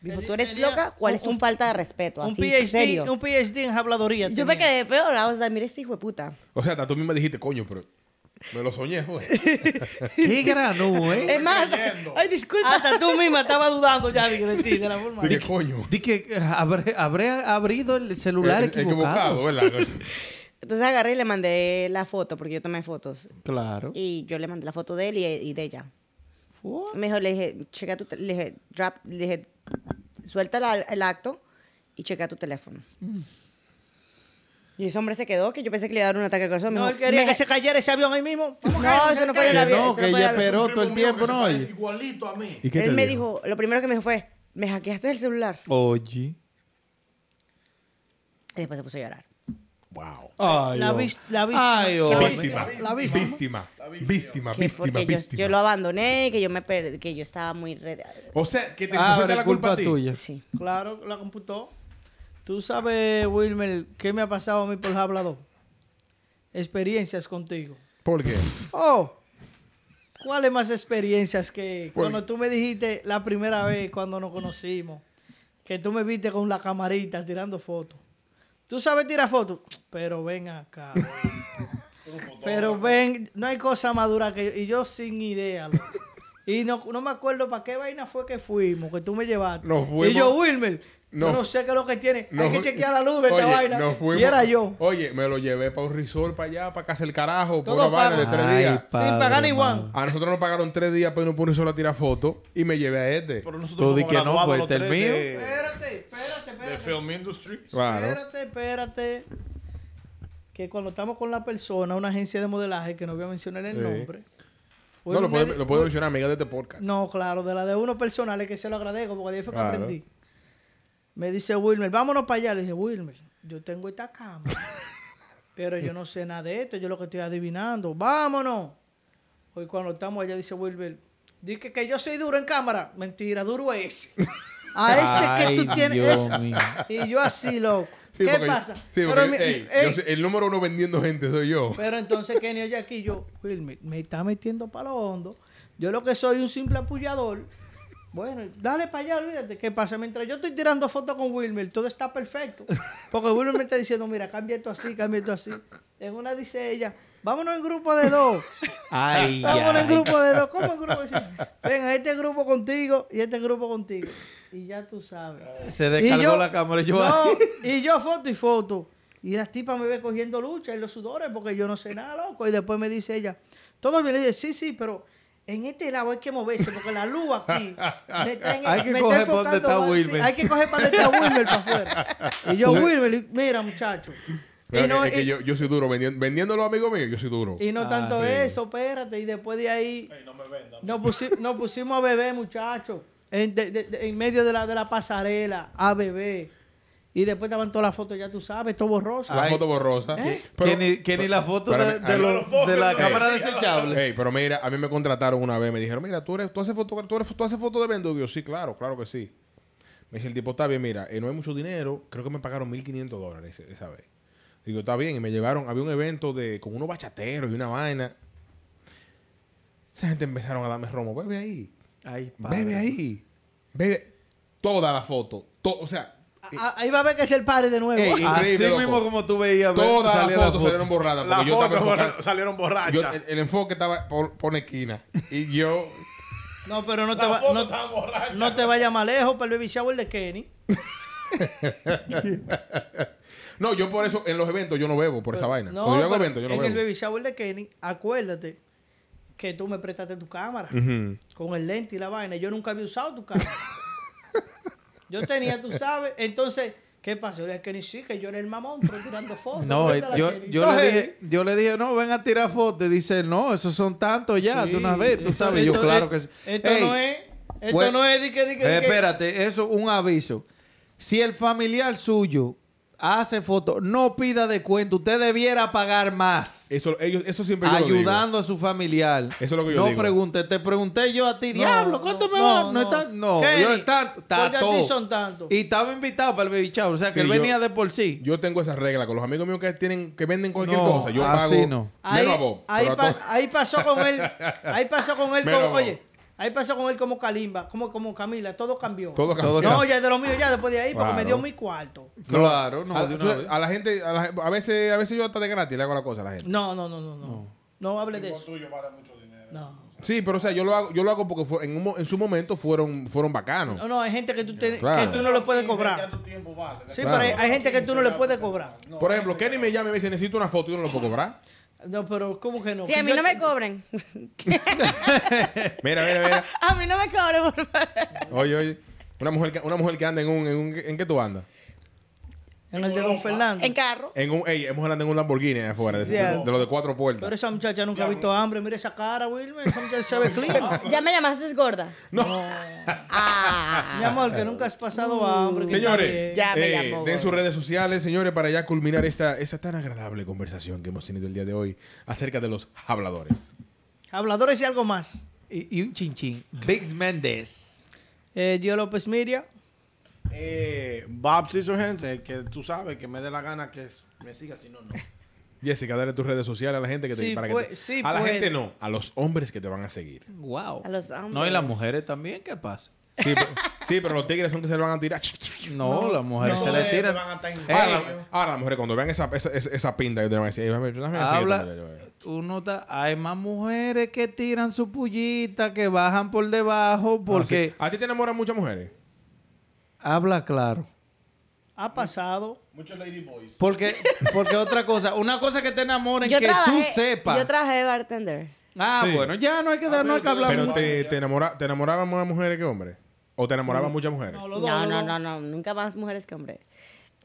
E: Me dijo,
C: Tenía-
E: ¿tú eres
C: tenía
E: loca? ¿Cuál es
C: un-
E: tu falta de respeto?
C: un
E: Así,
C: PhD,
E: serio.
C: un PhD en habladuría.
E: Yo me
C: tenía.
E: quedé peor, o sea, mira este hijo de puta.
A: O sea, hasta tú misma dijiste, coño, pero me lo soñé, joder.
B: Qué granú, eh.
E: Es más, ay, disculpa.
C: Hasta tú misma estaba dudando ya de, de ti, de la forma.
A: Dije, coño.
B: Di que eh, habré, habré abrido el celular
A: Eh, eh,
B: equivocado.
A: ¿verdad?
E: Entonces agarré y le mandé la foto, porque yo tomé fotos.
B: Claro.
E: Y yo le mandé la foto de él y, y de ella.
B: What?
E: Mejor le dije, checa tu, te- le dije, drop, le dije, suelta la- el acto y checa tu teléfono. Y ese hombre se quedó, que yo pensé que le iba a dar un ataque al corazón. Me
C: No, él
E: dijo,
C: quería
E: "Me-
C: que se cayera ese avión ahí mismo.
E: No, eso no fue en el
B: Que
E: avión.
B: no,
E: eso
B: que
E: no fue en el
B: ella
E: avión.
B: esperó todo el tiempo, ¿no? Oye.
D: Igualito a mí.
A: ¿Y qué te
E: Él me dijo, lo primero que me dijo fue, me hackeaste el celular.
B: Oye.
E: Y después se puso a llorar.
A: ¡Wow!
B: Ay,
C: La
B: oh.
C: vis- la víctima.
B: Ay,
C: Qué
B: oh.
A: Víctima.
C: La víctima.
A: Víctima. Víctima,
E: Que
A: víctima,
E: porque yo,
A: víctima.
E: yo lo abandoné, que yo me perdí, que yo estaba muy... re-
A: O sea, que te
C: Ah,
A: pusiste
B: Ahora
A: la
B: la
A: culpa, a
B: culpa
A: ti.
B: tuya.
E: Sí.
C: Claro, la computó. Tú sabes, Wilmer, qué me ha pasado a mí por hablador. Experiencias contigo.
A: ¿Por qué?
C: Oh, ¿cuáles más experiencias que
A: Por-
C: cuando tú me dijiste la primera vez cuando nos conocimos? Que tú me viste con la camarita tirando fotos. ¿Tú sabes tirar fotos? Pero ven acá. Pero ven, no hay cosa más dura que yo. Y yo sin idea, loco. Y no, no me acuerdo para qué vaina fue que fuimos, que tú me llevaste.
A: Nos fuimos-
C: y yo, Wilmer,
A: No.
C: yo no sé qué es lo que tiene. hay
A: Nos-
C: que chequear la luz de
A: Oye,
C: esta vaina.
A: nos fuimos-
C: Y era yo.
A: Oye, me lo llevé para un resort para allá, para casa el carajo, por una
C: Todo
A: vaina de
C: pago.
A: tres
B: Ay,
A: días.
B: pa-
C: sin pagar
B: padre,
C: ni
B: mano.
C: one.
A: A nosotros nos pagaron tres días para irnos por un resort a tirar fotos y me llevé a este.
D: Pero
B: Tú
D: nosotros
B: di
D: somos
B: que no,
D: graduados
B: pues,
D: los
B: este
D: tres
B: es mío.
D: de,
C: Espérate, espérate,
D: de
C: espérate.
D: Film Industry.
A: Claro.
C: Espérate, espérate. Que cuando estamos con la persona, una agencia de modelaje, que no voy a mencionar el
A: Sí.
C: nombre.
A: No,
C: Wilmer
A: lo
C: me
A: puedo,
C: di-
A: lo puedo mencionar, amiga de este podcast.
C: No, claro, de la de uno personal, es que se lo agradezco, porque de ahí fue que
A: Claro.
C: aprendí. Me dice Wilmer, vámonos para allá. Le dije, Wilmer, yo tengo esta cama, pero yo no sé nada de esto, yo lo que estoy adivinando. Vámonos. Hoy cuando estamos allá dice Wilber, dije que yo soy duro en cámara. Mentira, duro es. A ese que tú
B: Ay,
C: tienes.
B: Dios
C: ese-
B: mío.
C: Y yo así, loco.
A: Sí,
C: ¿Qué
A: porque-
C: pasa?
A: sí,
C: Pero
A: porque,
C: mi-
A: ey,
C: ey,
A: yo soy- el número uno vendiendo gente soy yo.
C: pero entonces Kenny oye aquí, yo, Wilmer, me está metiendo palo hondo. Yo lo que soy un simple apoyador. Bueno, dale para allá, olvídate. ¿Qué pasa? Mientras yo estoy tirando fotos con Wilmer, todo está perfecto. Porque Wilmer me está diciendo, mira, cambia esto así, cambia esto así. En una dice ella, vámonos en grupo de dos.
B: Ay,
C: Vámonos en
B: ay.
C: grupo de dos. ¿Cómo en grupo? Dice, Venga, este grupo contigo y este grupo contigo. Y ya tú sabes.
B: Se descargó
C: Y yo-
B: la cámara. y Yo,
C: No, y yo foto y foto. Y la tipa me ve cogiendo lucha y los sudores porque yo no sé nada, loco. Y después me dice ella, todo bien. Le dice, sí, sí, pero en este lado hay que moverse porque la luz aquí me está, en-
B: Hay que
C: me
B: coger pa'
C: enfocando
B: donde está
C: mal". Sí,
B: Wilmer.
C: hay que coger para donde está Wilmer para afuera. Y yo, Wilmer, y- mira, muchacho.
A: Pero
C: Y no,
A: es que
C: y-
A: yo, yo soy duro vendiendo, vendiéndolo, amigo mío, yo soy duro.
C: y no
B: Ah,
C: tanto
B: sí.
C: eso, espérate. Y después de ahí. nos, pusi- nos pusimos a beber, muchachos. En, de- de- de- en medio de la, de la pasarela, a beber. Y después estaban todas las fotos, ya tú sabes, todo borroso.
A: la
B: Ay. ¿Eh?
A: foto borrosa.
B: que, ni, que ni la foto de,
A: espérame,
B: de
A: a
B: lo-
A: mí-
B: de la cámara
A: Ey.
B: desechable.
A: Ey, pero mira, a mí me contrataron una vez, me dijeron, mira, tú, eres, tú, haces, foto, tú, eres- tú haces foto de vendedor. Yo, sí, claro, claro que sí. Me dice el tipo, está bien, mira, eh, no hay mucho dinero, creo que me pagaron 1.500 dólares esa vez. Digo, está bien, y me llevaron, había un evento de con unos bachateros y una vaina. Esa gente empezaron a darme romo, bebe ahí,
B: Ay, padre.
A: bebe ahí, bebe toda la foto, to- o sea,
C: A- ahí va a ver que es el padre de nuevo.
A: Ey, y-
B: Así
A: Increíble, loco.
B: mismo como tú veías. ve-
A: todas las
B: salía
A: fotos
B: la foto.
A: salieron borradas.
D: Las
A: porque yo estaba
D: fotos
A: enfocado-
D: borra- salieron
A: yo-
B: eh,
D: borrachas.
A: el, el enfoque estaba por, por una esquina. Y yo,
C: No, pero no te,
D: Las
C: va,
D: fotos
C: no,
D: estaban borrachas.
C: no te vayas más lejos para el baby shower de Kenny.
A: No, yo por eso en los eventos yo no bebo por esa vaina.
C: No,
A: Cuando yo hago
C: pero
A: eventos yo no
C: en el
A: bebo.
C: baby shower de Kenny, acuérdate que tú me prestaste tu cámara
A: Ujú.
C: con el lente y la vaina. Yo nunca había usado tu cámara. yo tenía, tú sabes. Entonces, ¿qué pasó? Le dije, Kenny, sí, que yo era el mamón, pero tirando fotos.
B: No, eh,
C: Cuéntala,
B: yo,
C: Kenny.
B: yo,
C: Entonces,
B: le dije, yo le dije, no, ven a tirar fotos. Y dice, no, esos son tantos ya,
C: sí,
B: de una vez, tú
C: esto-
B: sabes. Yo,
C: esto-
B: claro
C: eh,
B: que sí.
C: Esto
B: Ey,
C: no es. Esto
B: pues,
C: no es. di que- di que- di
B: eh,
C: que-
B: espérate, eso es un aviso. Si el familiar suyo hace fotos, no pida de cuenta. Usted debiera pagar más.
A: Eso, ellos, eso siempre yo lo digo.
B: Ayudando a su familiar.
A: Eso es lo que yo
B: no
A: digo.
B: pregunte, te pregunté yo a ti,
C: No,
B: diablo, ¿cuánto
C: no,
B: me
C: no,
B: va? No,
C: no.
B: está, no,
C: Kenny,
B: yo no está, está
C: porque a ti
B: todo.
C: son tantos.
B: Y estaba invitado para el baby shower, o sea,
A: Sí,
B: que él
A: yo-
B: venía de por sí.
A: Yo tengo esa regla con los amigos míos que tienen que venden cualquier
B: No,
A: cosa. Yo
B: así
A: pago
B: no.
C: Ahí,
A: menos a vos.
C: ahí
A: pero a
C: pa-
A: todos.
C: ahí pasó con él. Ahí pasó con él
A: Menos a
C: como.
A: vos.
C: Oye, ahí pasó con él como Kalimba, como, como Camila. Todo cambió.
A: Todo
B: Todo
A: cambia.
C: No, ya de lo mío, ya después de ahí, porque me
A: Claro.
C: dio mi cuarto.
B: claro, no,
A: a,
B: de
A: tú
B: una vez.
A: sabes, a la gente, a, la- a veces, a veces yo hasta de gratis le hago la cosa a la gente.
C: No, no, no, no, no. No, hable de eso. No.
A: Sí, pero o sea, yo lo hago, yo lo hago porque fue- en, un mo- en su momento fueron, fueron bacanos.
C: No, no, hay gente que tú, te-
A: Claro.
C: que tú no le puedes
D: Ya
C: cobrar.
D: tu tiempo vale.
C: Sí,
A: Claro.
C: pero hay, hay gente que tú no le puedes cobrar.
A: Por ejemplo, Kenny me llama y me dice, necesito una foto, yo no lo puedo cobrar.
C: No, pero ¿cómo que no? pues
E: Si a mí
C: Yo-
E: no me cobran.
A: Mira, mira, mira.
E: A mí no me cobran, por favor.
A: Oye, oye. Una mujer que, una mujer que anda en un, en un- ¿en qué tú andas?
C: En el de Don Fernando.
E: En carro.
A: En un, ey, hemos andado en un Lamborghini allá afuera, de,
C: Sí,
A: de-
C: algo.
A: de los de cuatro puertas.
C: Pero esa muchacha nunca ha visto hambre. Mira esa cara, Wilmer. Esa muchacha se ve clean.
E: Ya me llamaste gorda.
A: No.
C: Mi
E: Ah.
C: amor, que nunca has
D: Uh,
C: pasado hambre. que está
A: Señores,
E: Ya me
A: eh,
E: llamó,
A: den sus
E: gordo.
A: redes sociales, señores, para ya culminar esta, esta tan agradable conversación que hemos tenido el día de hoy acerca de los habladores.
C: bien. Habladores y algo más.
B: Y, y un chinchín. Biggs Méndez.
C: Eh, Gio López Miria.
D: Eh, Bob Scissorhands, el que tú sabes que me dé la gana que es- me siga, si no, no.
A: Jessica, dale tus redes sociales a la gente que te
C: Sí,
A: para que
C: pues-
A: te-
C: sí,
A: A la
C: puede.
A: gente no, a los hombres que te van a seguir.
B: Wow.
E: A los
B: No, y
E: hombres.
B: las mujeres también, ¿qué pasa?
A: Sí, pero, sí, pero los tigres son que se lo van a tirar.
B: No, las mujeres
D: No,
B: se
D: eh,
B: le
D: me
B: tiran.
D: van a estar en-
A: Ahora,
D: Ey.
A: la- ahora las mujeres cuando vean esa, esa, esa, esa pinta, ellos te van a decir, "Ey, dame- dame así, dame-
B: Habla,
A: dame".
B: uno está, hay más mujeres que tiran su pullita, que bajan por debajo, porque
A: Ah, sí. ¿A ti te enamoran muchas mujeres?
B: habla claro.
D: Mm.
C: Ha pasado.
D: Muchos lady boys.
B: Porque, porque otra cosa, una cosa que te enamoren,
E: Yo
B: que tú
E: trabajé-
B: sepas.
E: Yo trabajé de bartender.
B: ah,
A: Sí.
B: bueno, ya no hay que, dar, no hay que hablar
A: Pero
B: mucho.
A: te, te, enamora, ¿te enamoraban más mujeres que hombres? ¿O te enamoraban muchas mujeres?
C: No, los dos,
E: No,
C: los
E: no,
C: dos.
E: no, no, nunca más mujeres que hombres.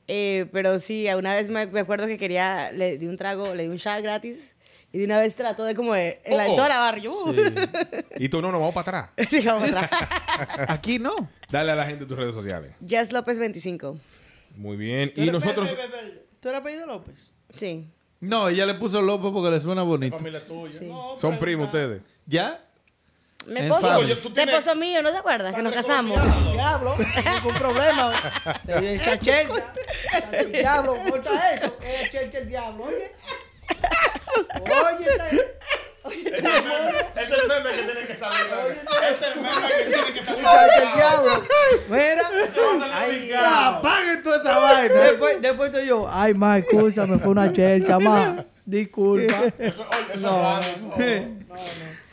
E: Eh, pero sí, a una vez me, me acuerdo que quería, le di un trago, le di un shot gratis y de una vez trató de como de, en la,
A: Oh.
E: en toda la barra. Yo, uh,
A: Y tú no, nos vamos para atrás.
E: sí, vamos atrás.
B: Aquí no.
A: Dale a la gente tus redes sociales.
E: Jess López 25.
A: Muy bien.
C: Tú
A: Y
C: eres-
A: nosotros.
C: espera, espera, espera. ¿Tú eres apellido López?
E: Sí.
B: No, ella le puso López porque le suena bonito.
D: Familia tuya.
E: Sí.
A: Son primos ustedes.
F: ¿Ya?
E: Mi
F: En
E: esposo,
F: familia.
E: mi esposo mío, ¿no te acuerdas? Que nos casamos.
C: Diablo, ningún problema. Te viene esa chelcha. El diablo, corta eso. Es chelcha el diablo, oye. Oye, está- oye, está-
D: Es el meme que tiene que salir. bebé. Es el meme que tiene que salir.
C: chelcha el diablo. Mira. Ay,
D: Obligado.
F: ¡Apaguen toda esa vaina!
C: después, después estoy yo. Ay, ma, excusa, me fue una chelcha, ma. Disculpa.
D: Eso, oye, eso es raro.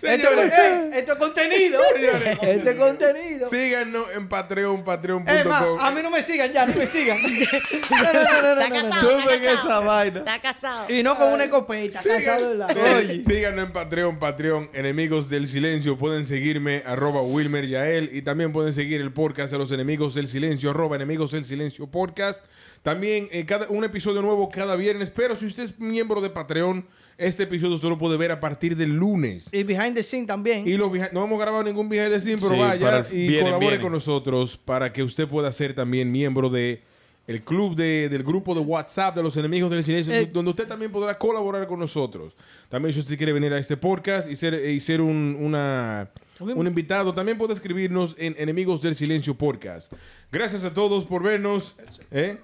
C: Esto es, eh, esto es contenido.
A: Señores.
C: Esto es contenido.
A: Síganos en Patreon,
C: Es más,
A: patreon.com.
C: a mí no me sigan ya, no me sigan. No, no, no, no, no,
E: Está
C: no, no.
E: casado,
F: Tuve que
E: está
F: esa
E: casado.
F: vaina.
E: Está casado.
C: Y no con una escopeta, casado de la.
A: Oye, Síganos en Patreon, Patreon, enemigos del silencio. Pueden seguirme, arroba Wilmer Yael. Y también pueden seguir el podcast de los enemigos del silencio, arroba enemigos del silencio podcast. También eh, cada, un episodio nuevo cada viernes. Pero si usted es miembro de Patreon, este episodio solo puede ver a partir del lunes.
C: Y behind the scene también.
A: Y los behi- no hemos grabado ningún viaje de sim, pero
D: Sí, para
A: vaya
D: el-
A: y
D: viene,
A: colabore
D: viene.
A: con nosotros para que usted pueda ser también miembro de el club de- del grupo de WhatsApp de los enemigos del silencio,
C: Eh.
A: donde usted también podrá colaborar con nosotros. También si usted quiere venir a este podcast y ser, y ser un, una- un invitado, también puede escribirnos en Enemigos del Silencio Podcast. Gracias a todos por vernos. ¿Eh?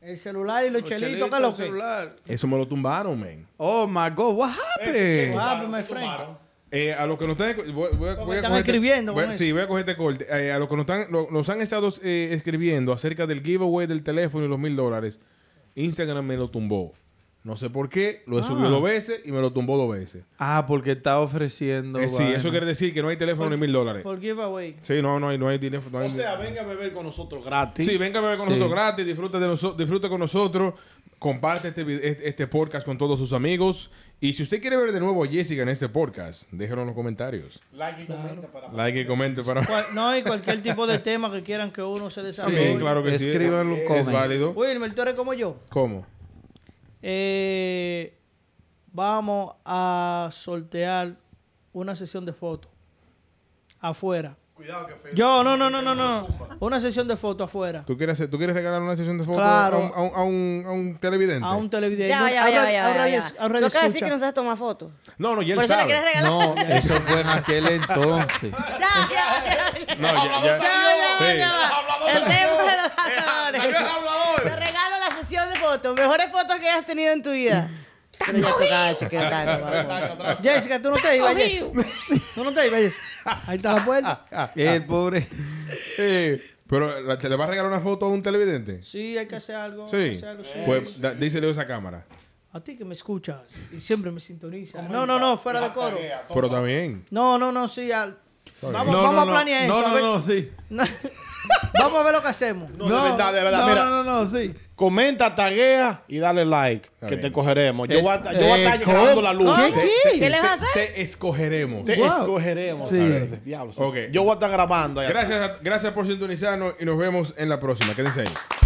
C: el celular y los, chelitos, ¿qué es lo que?
F: celular.
A: Eso me lo tumbaron, Eh. man.
F: Oh my god, what happened?
C: Ah, pues, my friend.
A: Eh, a los que nos están, voy- voy a- voy a
C: están
A: coger este-
C: escribiendo
A: voy a-
C: con
A: sí, voy a coger este corte. Eh, a los que nos, están, lo- nos han estado eh, escribiendo acerca del giveaway del teléfono y los mil dólares, Instagram me lo tumbó. No sé por qué,
C: Ah.
A: lo he subido dos veces y me lo tumbó dos veces.
F: Ah, porque está ofreciendo.
A: Eh, sí,
F: vaina.
A: eso quiere decir que no hay teléfono ni mil dólares.
C: Por giveaway.
A: Sí, no, no hay, no hay teléfono. no
D: O
A: hay-
D: sea, venga a beber con nosotros gratis.
A: sí, venga a beber con
F: Sí.
A: nosotros gratis, disfruta, de noso- disfruta con nosotros, comparte este, vid- este- este podcast con todos sus amigos. Y si usted quiere ver de nuevo a Jessica en este podcast, déjenlo en los comentarios.
D: Like y comenta para
A: Like y comente para...
C: Cual- no, y cualquier tipo de tema que quieran que uno se desarrolle.
A: También, claro que sí.
F: Escríbanlo en
A: Es
F: comments.
A: válido.
C: Wilmer, tú eres como yo.
A: ¿Cómo?
C: Eh, vamos a sortear una sesión de fotos afuera.
D: Cuidado que feo.
C: Yo, no, no, no, no, no. Una sesión de fotos afuera.
A: ¿Tú quieres, hacer- ¿Tú quieres regalar una sesión de fotos
C: Claro.
A: a, un, a un- a un- a un televidente?
C: A un televidente.
E: Ya, ya,
C: A
E: ya,
C: radio-
E: ya,
C: a
E: ya,
C: radio-
E: ya.
C: a radio
E: No acabas de decir
C: escucha.
E: que no sabes tomar fotos.
A: No, no, ya
E: Por
A: él
E: eso le quieres
A: sabe.
E: regalar.
F: No, eso fue en aquel entonces.
E: Ya, ya, ya.
A: No, ya, ya.
E: Ya, ya,
A: Sí.
E: ya. El tema de los ganadores. Te
D: hablador!
E: regalo la sesión de fotos. Mejores fotos que hayas tenido en tu vida. Pero ya tocaba decir que no sabes tomar fotos.
C: Jessica, tú no te ibas, Jessica. Tú no te ibas, Jessica. Ahí está la puerta.
F: El pobre.
A: Eh, pero ¿la- ¿te le vas a regalar una foto a un televidente?
C: Sí, hay que hacer algo. hay que
A: Sí.
C: hacer algo, sí.
A: Pues da- díselo a esa cámara.
C: A ti que me escuchas y siempre me sintonizas. No, no, no, fuera de coro.
A: Pero también.
C: No, no, no, sí. al- Vamos,
F: No,
C: vamos
F: no,
C: a planear
F: no,
C: eso. a
F: No,
C: ver-
F: no, no, sí.
C: vamos a ver lo que hacemos.
D: No, de verdad, de verdad.
F: No,
D: Mira,
F: no, no, no, sí.
D: comenta, taguea y dale like, que
A: bien.
D: te cogeremos. Yo
F: Eh,
D: voy a, estar- yo voy a
F: eh,
D: estar llegando la luz.
E: ¿Qué?
D: Te,
E: ¿Qué? ¿Qué les vas a hacer?
A: Te escogeremos.
D: te escogeremos.
F: Sí.
D: a ver, diablo, sí.
A: Ok.
D: Yo voy a estar grabando. allá.
A: Gracias, a- gracias por sintonizarnos y nos vemos en la próxima. Quédense ahí.